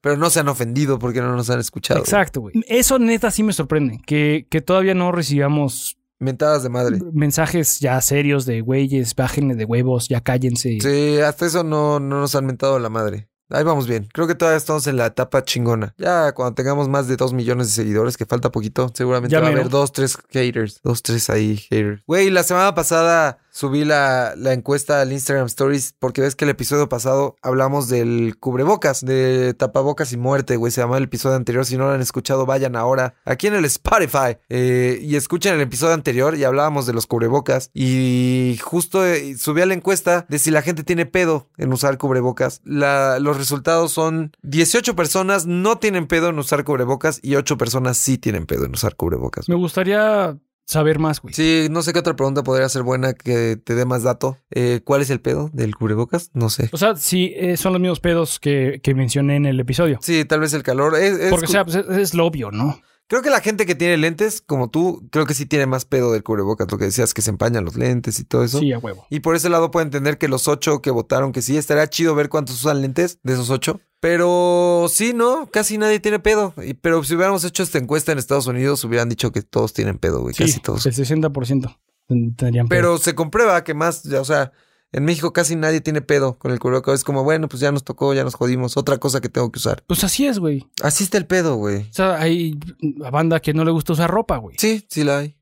S1: Pero no se han ofendido porque no nos han escuchado.
S2: Exacto, güey. Eso neta sí me sorprende, que, que todavía no recibamos
S1: Mentadas de madre.
S2: mensajes ya serios de güeyes, bájenle de huevos, ya cállense.
S1: Sí, hasta eso no, no nos han mentado la madre. Ahí vamos bien. Creo que todavía estamos en la etapa chingona. Ya cuando tengamos más de dos millones de seguidores, que falta poquito, seguramente
S2: Ya
S1: va a
S2: mero.
S1: haber dos, tres haters. Dos, tres ahí haters. Güey, la semana pasada subí la, la encuesta al Instagram Stories porque ves que el episodio pasado hablamos del cubrebocas, de tapabocas y muerte, güey. Se llama el episodio anterior. Si no lo han escuchado, vayan ahora aquí en el Spotify eh, y escuchen el episodio anterior y hablábamos de los cubrebocas. Y justo eh, subí a la encuesta de si la gente tiene pedo en usar cubrebocas. La- los resultados son 18 personas no tienen pedo en usar cubrebocas y 8 personas sí tienen pedo en usar cubrebocas.
S2: Me gustaría saber más, güey.
S1: Sí, no sé qué otra pregunta podría ser buena que te dé más dato. Eh, ¿Cuál es el pedo del cubrebocas? No sé.
S2: O sea, sí, eh, son los mismos pedos que, que mencioné en el episodio.
S1: Sí, tal vez el calor. Es, es
S2: Porque, o
S1: cu-
S2: sea, pues, es, es lo obvio, ¿no?
S1: Creo que la gente que tiene lentes, como tú, creo que sí tiene más pedo del cubrebocas, lo que decías, que se empañan los lentes y todo eso.
S2: Sí, a huevo.
S1: Y por ese lado puedo entender que los ocho que votaron que sí, estaría chido ver cuántos usan lentes de esos ocho. Pero sí, ¿no? Casi nadie tiene pedo. Y- pero si hubiéramos hecho esta encuesta en Estados Unidos, hubieran dicho que todos tienen pedo, güey.
S2: Sí,
S1: casi todos.
S2: El 60% ten- tendrían pedo.
S1: Pero se comprueba que más, ya, o sea, en México casi nadie tiene pedo con el cubrebocas. Es como, bueno, pues ya nos tocó, ya nos jodimos. Otra cosa que tengo que usar.
S2: Pues así es, güey.
S1: Así está el pedo, güey.
S2: O sea, hay a banda que no le gusta usar ropa, güey.
S1: Sí, sí la hay.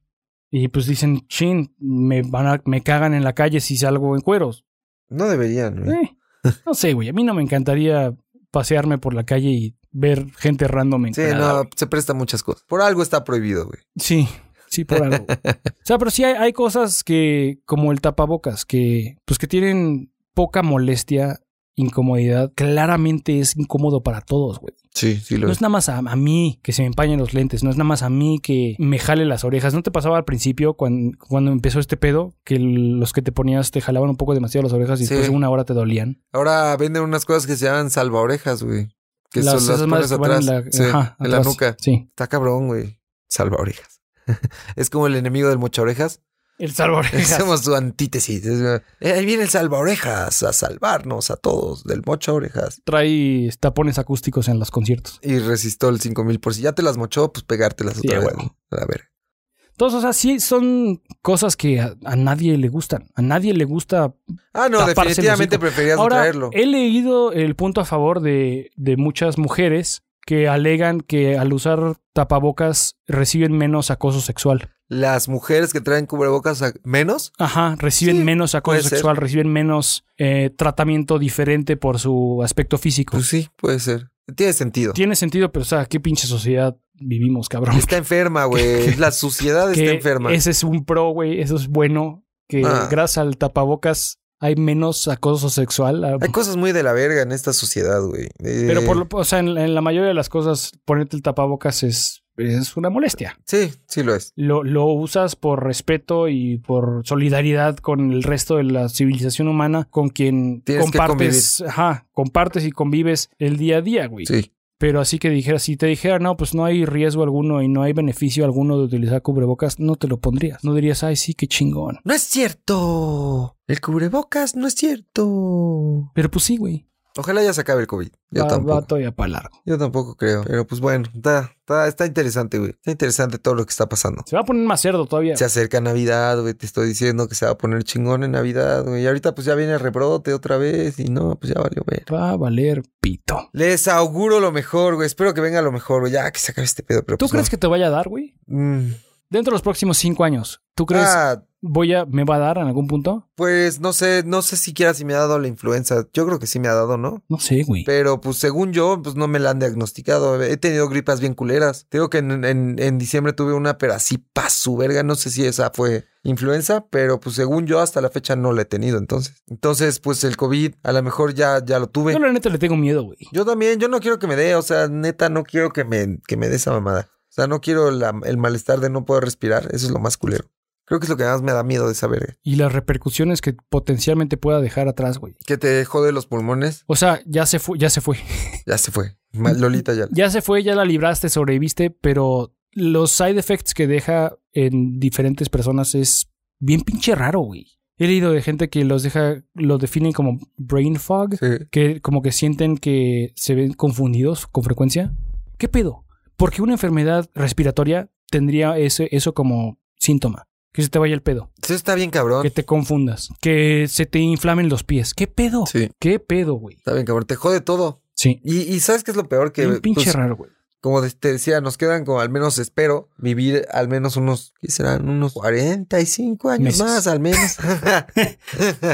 S2: Y pues dicen, chin, me, van a, me cagan en la calle si salgo en cueros.
S1: No deberían, güey.
S2: Eh, no sé, güey. A mí no me encantaría pasearme por la calle y ver gente random en
S1: Sí,
S2: Canadá,
S1: no, se presta muchas cosas. Por algo está prohibido, güey.
S2: Sí, sí, por algo. güey. o sea, pero sí hay, hay cosas que, como el tapabocas, que pues que tienen poca molestia, incomodidad. Claramente es incómodo para todos, güey.
S1: Sí, sí
S2: No es nada más a, a mí que se me empañen los lentes, no es nada más a mí que me jale las orejas. ¿No te pasaba al principio cuan- cuando empezó este pedo que el- los que te ponías te jalaban un poco demasiado las orejas y
S1: Sí.
S2: después de una hora te dolían?
S1: Ahora venden unas cosas que se llaman salvaorejas, güey. Que
S2: Las-
S1: son las
S2: esas madres
S1: pones
S2: que van
S1: atrás.
S2: en
S1: sí,
S2: ajá,
S1: en la
S2: atrás.
S1: nuca.
S2: Sí.
S1: Está cabrón, güey. Salvaorejas. es como el enemigo del mochaorejas.
S2: El salvaorejas.
S1: Somos su antítesis. Es- eh, ahí viene el salvaorejas a salvarnos a todos del mochaorejas.
S2: Trae tapones acústicos en los conciertos.
S1: Y resistó el 5000 por si ya te las mochó, pues pegártelas
S2: Sí,
S1: otra
S2: a
S1: vez.
S2: huevo.
S1: ¿no? A ver.
S2: Entonces, o sea, sí son cosas que a, a nadie le gustan. A nadie le gusta.
S1: Ah, no,
S2: Taparse el
S1: definitivamente
S2: hocico.
S1: preferías no
S2: Ahora, eh,
S1: traerlo.
S2: he leído el punto a favor de, de muchas mujeres que alegan que al usar tapabocas reciben menos acoso sexual.
S1: Las mujeres que traen cubrebocas a- menos.
S2: Ajá, reciben
S1: Sí,
S2: menos acoso
S1: puede ser.
S2: sexual, reciben menos eh, tratamiento diferente por su aspecto físico.
S1: Pues sí, puede ser. Tiene sentido.
S2: Tiene sentido, pero o sea, qué pinche sociedad vivimos, cabrón.
S1: Está enferma, güey. La suciedad
S2: Que
S1: está enferma.
S2: Ese es un pro, güey, eso es bueno, que
S1: Ah.
S2: gracias al tapabocas hay menos acoso sexual. ah,
S1: Hay cosas muy de la verga en esta sociedad, güey. Eh,
S2: Pero por lo, o sea, en, en la mayoría de las cosas, ponerte el tapabocas es, es una molestia.
S1: Sí, sí lo es.
S2: Lo, lo usas por respeto y por solidaridad con el resto de la civilización humana con quien
S1: Tienes que
S2: compartes, ajá, compartes y convives el día a día, güey.
S1: Sí.
S2: Pero así que dijera, si te dijera, no, pues no hay riesgo alguno y no hay beneficio alguno de utilizar cubrebocas, no te lo pondrías. No dirías, ay, sí, qué chingón.
S1: No es cierto. El cubrebocas no es cierto.
S2: Pero pues sí, güey.
S1: Ojalá ya se acabe el COVID. Yo
S2: Va,
S1: tampoco.
S2: va todavía para largo.
S1: Yo tampoco creo. Pero pues bueno, está, está, está interesante, güey. Está interesante todo lo que está pasando.
S2: Se va a poner más cerdo todavía.
S1: Se acerca Navidad, güey. Te estoy diciendo que se va a poner chingón en Navidad, güey. Y ahorita pues ya viene el rebrote otra vez. Y no, pues ya valió ver.
S2: Va a valer pito.
S1: Les auguro lo mejor, güey. Espero que venga lo mejor, güey. Ya que se acabe este pedo. Pero
S2: ¿Tú crees que te vaya a dar, güey?
S1: que.? Mm.
S2: dentro de los próximos cinco años, ¿tú crees
S1: Ah,
S2: voy a, me va a dar en algún punto?
S1: Pues no sé, no sé siquiera si me ha dado la influenza. Yo creo que sí me ha dado, ¿no?
S2: No sé, güey.
S1: Pero pues según yo, pues no me la han diagnosticado. He tenido gripas bien culeras. Te digo que en, en- en diciembre tuve una, pero así pa' su verga. No sé si esa fue influenza, pero pues según yo hasta la fecha no la he tenido entonces. Entonces pues el COVID a lo mejor ya, ya lo tuve.
S2: Yo la neta le tengo miedo, güey.
S1: Yo también, yo no quiero que me dé, o sea, neta, no quiero que me, que me dé esa mamada. O sea, no quiero la- el malestar de no poder respirar. Eso es lo más culero. Creo que es lo que más me da miedo de esa verga.
S2: Y las repercusiones que potencialmente pueda dejar atrás, güey.
S1: Que te jode los pulmones.
S2: O sea, ya se fue, ya se fue.
S1: Ya se fue. Ma- Lolita ya.
S2: Ya se fue, ya la libraste, sobreviviste, pero los side effects que deja en diferentes personas es bien pinche raro, güey. He leído de gente que los deja, los definen como brain fog,
S1: Sí.
S2: que como que sienten que se ven confundidos con frecuencia. ¿Qué pedo? Porque una enfermedad respiratoria tendría ese, eso como síntoma. Que se te vaya el pedo,
S1: Eso está bien cabrón.
S2: que te confundas, que se te inflamen los pies. ¿Qué pedo?
S1: Sí.
S2: ¿Qué pedo, güey?
S1: Está bien cabrón. Te jode todo.
S2: Sí.
S1: Y, y ¿sabes qué es lo peor? Que,
S2: Bien pinche
S1: pues,
S2: raro, güey.
S1: como de- te decía, nos quedan como al menos, espero, vivir al menos unos, ¿qué serán? Unos 45 años
S2: Meses.
S1: más, al menos.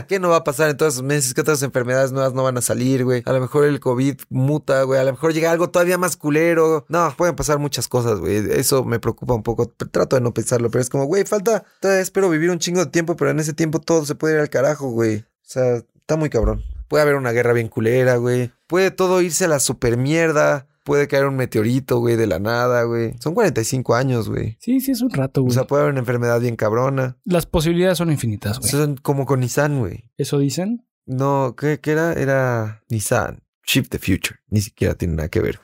S1: ¿Qué no va a pasar en todos esos meses? ¿Qué otras enfermedades nuevas no van a salir, güey? A lo mejor el COVID muta, güey. A lo mejor llega algo todavía más culero. No, pueden pasar muchas cosas, güey. Eso me preocupa un poco. Pero Trato de no pensarlo, pero es como, güey, falta. Todavía espero vivir un chingo de tiempo, pero en ese tiempo todo se puede ir al carajo, güey. O sea, está muy cabrón. Puede haber una guerra bien culera, güey. Puede todo irse a la super mierda. Puede caer un meteorito, güey, de la nada, güey. Son 45 años, güey.
S2: Sí, sí, es un rato,
S1: O
S2: güey.
S1: sea, puede haber una enfermedad bien cabrona.
S2: Las posibilidades son infinitas, güey.
S1: Son como con Nissan, güey.
S2: Eso dicen.
S1: No, ¿qué, qué era? Era Nissan. Shift the Future. Ni siquiera tiene nada que ver.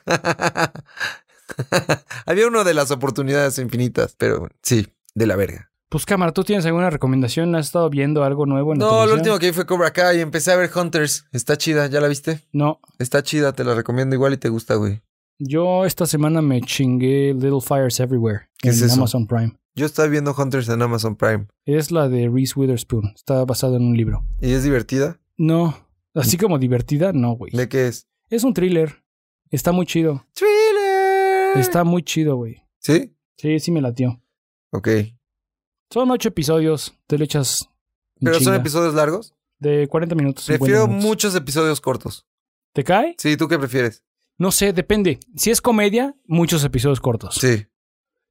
S1: Había uno de las oportunidades infinitas, pero bueno, sí, de la verga.
S2: Pues cámara, ¿tú tienes alguna recomendación? ¿Has estado viendo algo nuevo en la
S1: No, lo
S2: televisión?
S1: último que vi fue Cobra Kai y empecé a ver Hunters. Está chida, ¿ya la viste?
S2: No,
S1: Está chida, te la recomiendo igual y te gusta, güey.
S2: yo esta semana me chingué Little Fires Everywhere
S1: ¿Qué
S2: en
S1: es eso?
S2: Amazon Prime.
S1: Yo estaba viendo Hunters en Amazon Prime
S2: Es la de Reese Witherspoon. Está basado en un libro.
S1: y es divertida.
S2: No,
S1: Mm.
S2: así como divertida, no, güey.
S1: ¿De qué es?
S2: Es un thriller. Está muy chido.
S1: Thriller.
S2: Está muy chido, güey.
S1: ¿Sí?
S2: Sí, sí me latió.
S1: Ok.
S2: Son ocho episodios. Te lo echas. en
S1: ¿Pero son
S2: chinga.
S1: episodios largos?
S2: De 40 minutos. 50
S1: Prefiero
S2: minutos.
S1: muchos episodios cortos.
S2: ¿Te cae?
S1: Sí, ¿tú qué prefieres?
S2: No sé, depende. Si es comedia, muchos episodios cortos.
S1: Sí.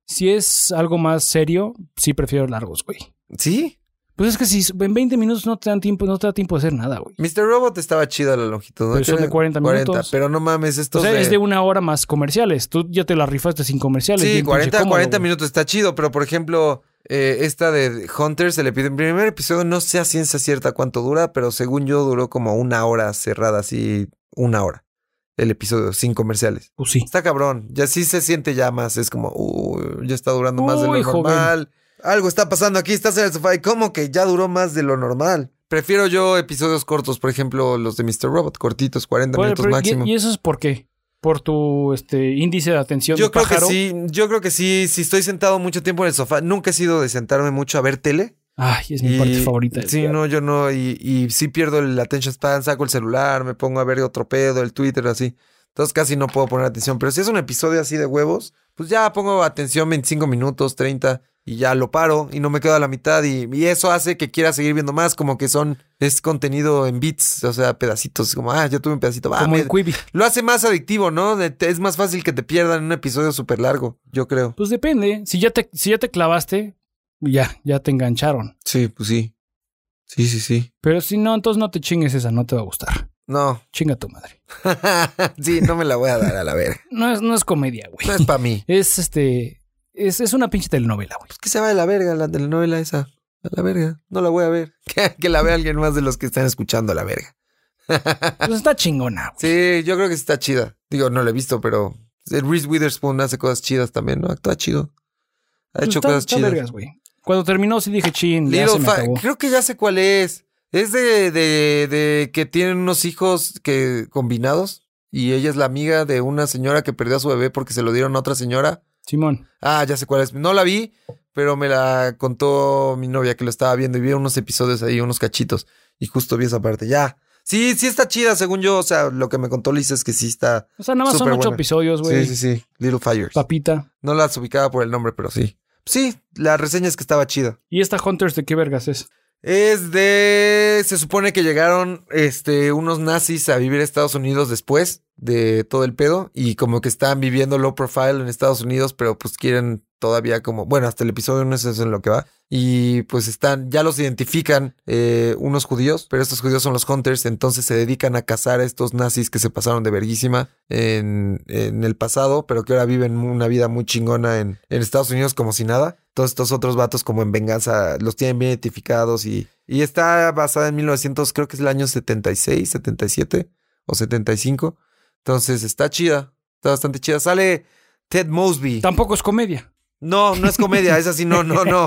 S2: Si es algo más serio, sí prefiero largos, güey.
S1: ¿Sí?
S2: Pues es que si en 20 minutos no te dan tiempo, no te da tiempo de hacer nada, güey.
S1: Mr. Robot estaba chida la longitud. ¿no?
S2: Pero son de 40 minutos.
S1: Pero no mames,
S2: O
S1: esto
S2: sea, es de una hora más comerciales. Tú ya te la rifaste sin comerciales.
S1: eh, Sí,
S2: bien pinche
S1: 40,
S2: cómodo,
S1: 40
S2: güey.
S1: minutos está chido, pero por ejemplo, eh, esta de Hunters, el epi- el primer episodio, no sé a ciencia cierta cuánto dura, pero según yo duró como una hora cerrada, así una hora. El episodio, sin comerciales.
S2: Pues sí.
S1: Está cabrón, ya sí se siente ya más, es como, uh, ya está durando más de
S2: Uy,
S1: lo
S2: joven.
S1: normal. Algo está pasando aquí, estás en el sofá y como que ya duró más de lo normal. Prefiero yo episodios cortos, por ejemplo, los de Mr. Robot, cortitos, 40
S2: Bueno,
S1: minutos
S2: pero
S1: máximo.
S2: ¿y, y eso es por qué? Por tu este índice de atención
S1: Yo
S2: de
S1: creo
S2: pájaro.
S1: que sí, yo creo que sí, si estoy sentado mucho tiempo en el sofá, nunca he sido de sentarme mucho a ver tele.
S2: Ay, es mi
S1: Y-
S2: parte favorita. del
S1: Sí,
S2: día.
S1: no, yo no, y, y sí pierdo el attention span, saco el celular, me pongo a ver otro pedo, el Twitter, así. Entonces casi no puedo poner atención, pero si es un episodio así de huevos, pues ya pongo atención 25 minutos, 30 y ya lo paro y no me quedo a la mitad y, y eso hace que quiera seguir viendo más, como que son, es contenido en bits, o sea, pedacitos, como, ah, yo tuve un pedacito, va,
S2: Como
S1: me-
S2: en Quibi.
S1: lo hace más adictivo, ¿no? De- te- Es más fácil que te pierdan un episodio súper largo, yo creo.
S2: Pues depende. Si ya te, si ya te clavaste, ya, ya te engancharon.
S1: Sí, pues sí. Sí, sí, sí.
S2: Pero si no, entonces no te chingues esa, no te va a gustar.
S1: No.
S2: Chinga tu madre.
S1: sí, no me la voy a dar a la verga.
S2: No es, no es comedia, güey.
S1: No es para mí.
S2: Es este. Es, es una pinche telenovela, güey.
S1: Pues que se va de la verga la telenovela esa. A la verga. No la voy a ver. Que, que la vea alguien más de los que están escuchando a la verga.
S2: Pues está chingona, güey.
S1: Sí, yo creo que sí está chida. Digo, no la he visto, pero eh, Reese Witherspoon hace cosas chidas también, ¿no? Actúa chido. Ha
S2: Pues
S1: hecho
S2: está-
S1: cosas
S2: está
S1: chidas.
S2: vergas, güey. Cuando terminó, sí dije, chin, ya
S1: Little
S2: se me
S1: Fa-
S2: acabó.
S1: creo que ya sé cuál es. Es de, de- de que tienen unos hijos que combinados y ella es la amiga de una señora que perdió a su bebé porque se lo dieron a otra señora.
S2: Simón.
S1: Ah, ya sé cuál es. No la vi, pero me la contó mi novia que lo estaba viendo y vi unos episodios ahí, unos cachitos. Y justo vi esa parte. Ya. Sí, sí está chida, según yo. O sea, lo que me contó Lisa es que sí está.
S2: O sea, nada más son
S1: Súper
S2: ocho
S1: buena.
S2: episodios, güey.
S1: Sí, sí, sí. Little Fires.
S2: Papita.
S1: No las ubicaba por el nombre, pero sí. Sí, la reseña es que estaba chida.
S2: ¿Y esta Hunters de qué vergas es?
S1: Es de. Se supone que llegaron este, unos nazis a vivir a Estados Unidos después de todo el pedo. Y como que están viviendo low profile en Estados Unidos, pero pues quieren todavía como. Bueno, hasta el episodio 1 es en lo que va. Y pues están. Ya los identifican eh, unos judíos, pero estos judíos son los hunters. Entonces se dedican a cazar a estos nazis que se pasaron de verguísima en, en el pasado, pero que ahora viven una vida muy chingona en, en Estados Unidos como si nada. Todos estos otros vatos como en venganza los tienen bien identificados y, y está basada en 1900, creo que es el año 76, 77 o 75. Entonces está chida, está bastante chida. Sale Ted Mosby.
S2: Tampoco es comedia.
S1: No, no es comedia, es así, no, no, no.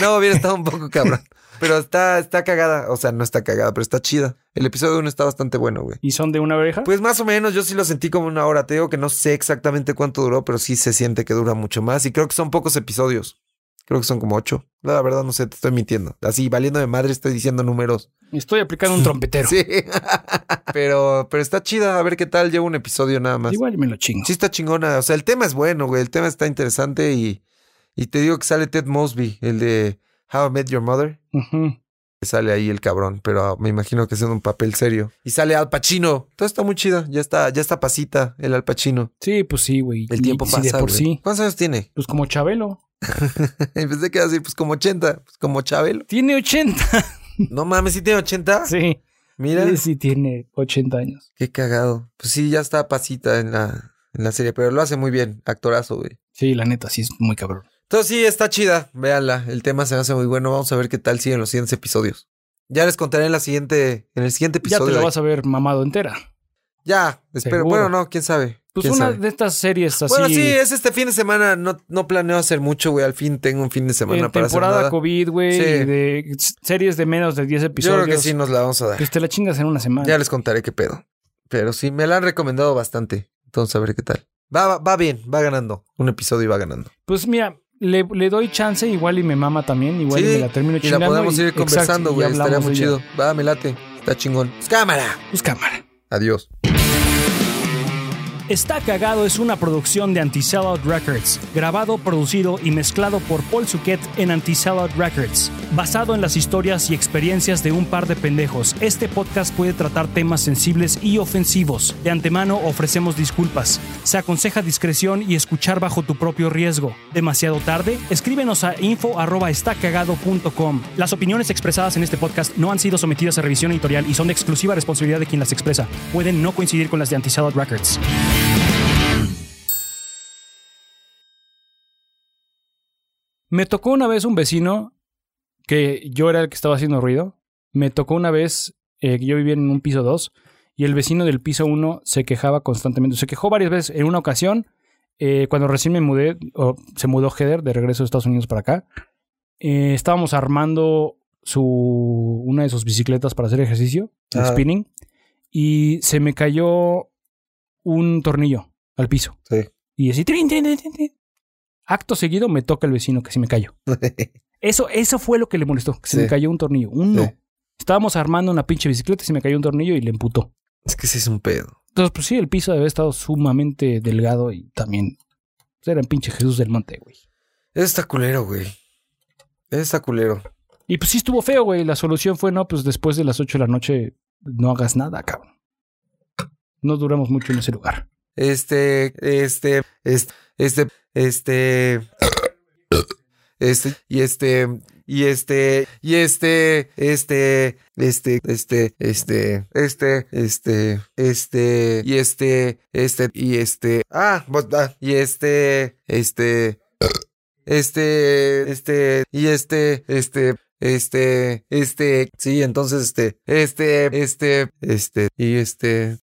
S1: no, hubiera estado un poco cabrón. Pero está, está cagada, o sea, no está cagada, pero está chida. El episodio 1 está bastante bueno, güey.
S2: ¿Y son de una oreja?
S1: Pues más o menos, yo sí lo sentí como una hora. Te digo que no sé exactamente cuánto duró, pero sí se siente que dura mucho más. Y creo que son pocos episodios. Creo que son como ocho. No, la verdad, no sé, te estoy mintiendo. Así, valiendo de madre, estoy diciendo números.
S2: Estoy aplicando un trompetero.
S1: Sí. pero, pero está chida. A ver qué tal. Llevo un episodio nada más.
S2: Igual me lo chingo.
S1: Sí está chingona. O sea, el tema es bueno, güey. El tema está interesante y, y te digo que sale Ted Mosby, el de How I Met Your Mother.
S2: Ujú.
S1: Sale ahí el cabrón, pero me imagino que es un papel serio. Y sale Al Pacino. Todo está muy chida. Ya está, ya está pasita el Al Pacino.
S2: Sí, pues sí, güey.
S1: El tiempo
S2: Y-
S1: pasa.
S2: Sí, de por
S1: güey.
S2: sí.
S1: ¿Cuántos años tiene?
S2: Pues como Chabelo.
S1: Empecé que iba a decir, pues como 80, pues como Chabelo.
S2: Tiene 80.
S1: No mames, si tiene 80.
S2: Sí.
S1: Mira,
S2: Sí, sí, tiene 80 años.
S1: qué cagado. Pues sí, ya está pasita en la, en la serie, pero lo hace muy bien, actorazo, güey.
S2: Sí, la neta, sí es muy cabrón.
S1: Entonces sí, está chida, véanla. El tema se me hace muy bueno. Vamos a ver qué tal sigue en los siguientes episodios. Ya les contaré en la siguiente, en el siguiente
S2: Ya
S1: episodio.
S2: te la
S1: de-
S2: vas a ver mamado entera.
S1: Ya, espero.
S2: Seguro.
S1: Bueno, no, quién sabe.
S2: Pues
S1: ¿Quién
S2: una
S1: sabe?
S2: de estas series así.
S1: Bueno, sí, es este fin de semana. No, no planeo hacer mucho, güey. Al fin tengo un fin de
S2: en
S1: semana para hacer
S2: temporada
S1: nada.
S2: COVID, güey,
S1: Sí.
S2: y de s- series de menos de 10
S1: Yo
S2: episodios.
S1: creo que sí nos la vamos a dar.
S2: Pues te la chingas en una semana.
S1: Ya les contaré qué pedo. Pero sí, me la han recomendado bastante. Entonces, a ver qué tal. Va, va, va bien, va ganando. Un episodio y va ganando.
S2: Pues mira, le, le doy chance igual y me mama también, igual
S1: Sí,
S2: y me la termino
S1: Y
S2: chingando.
S1: la podemos
S2: y-
S1: ir
S2: exacto,
S1: conversando,
S2: y
S1: güey.
S2: hablamos
S1: Estaría muy
S2: de ella.
S1: chido. Va, me late. Está chingón. Pues, cámara.
S2: Pues cámara.
S1: Adiós.
S2: Está Cagado es una producción de Antisellout Records, grabado, producido y mezclado por Paul Suquet en Antisellout Records. Basado en las historias y experiencias de un par de pendejos, este podcast puede tratar temas sensibles y ofensivos. De antemano ofrecemos disculpas. Se aconseja discreción y escuchar bajo tu propio riesgo. Demasiado tarde, escríbenos a info@estacagado.com. Las opiniones expresadas en este podcast no han sido sometidas a revisión editorial y son de exclusiva responsabilidad de quien las expresa. Pueden no coincidir con las de Antisellout Records. Me tocó una vez un vecino que yo era el que estaba haciendo ruido. Me tocó una vez eh, que yo vivía en un piso 2 y el vecino del piso 1 se quejaba constantemente. Se quejó varias veces. En una ocasión, eh, cuando recién me mudé, o se mudó Heather de regreso de Estados Unidos para acá, eh, estábamos armando su, una de sus bicicletas para hacer ejercicio, de
S1: Ajá.
S2: spinning, y se me cayó un tornillo al piso.
S1: Sí.
S2: Y así, trin, trin, trin, trin, trin. Acto seguido me toca el vecino que sí me cayó. Eso, eso fue lo que le molestó. que Se
S1: Sí.
S2: me cayó un tornillo. Uno.
S1: Sí.
S2: Estábamos armando una pinche bicicleta y se me cayó un tornillo y le emputó.
S1: Es que sí es un pedo.
S2: Entonces, pues sí, el piso debe haber estado sumamente delgado y también pues, era el pinche Jesús del Monte, güey.
S1: Eso está culero, güey. Eso está culero.
S2: Y pues sí estuvo feo, güey. La solución fue, no, pues después de las 8 de la noche no hagas nada, cabrón. No duramos mucho en ese lugar.
S1: Este, este, este, este, este, este, y este, y este, y este, este, este, este, este, este, este, este, y este, este, y este, ah, vos- ah, y este, este, este, este, y este, este, este, este, sí, entonces este, este, este, este, y este.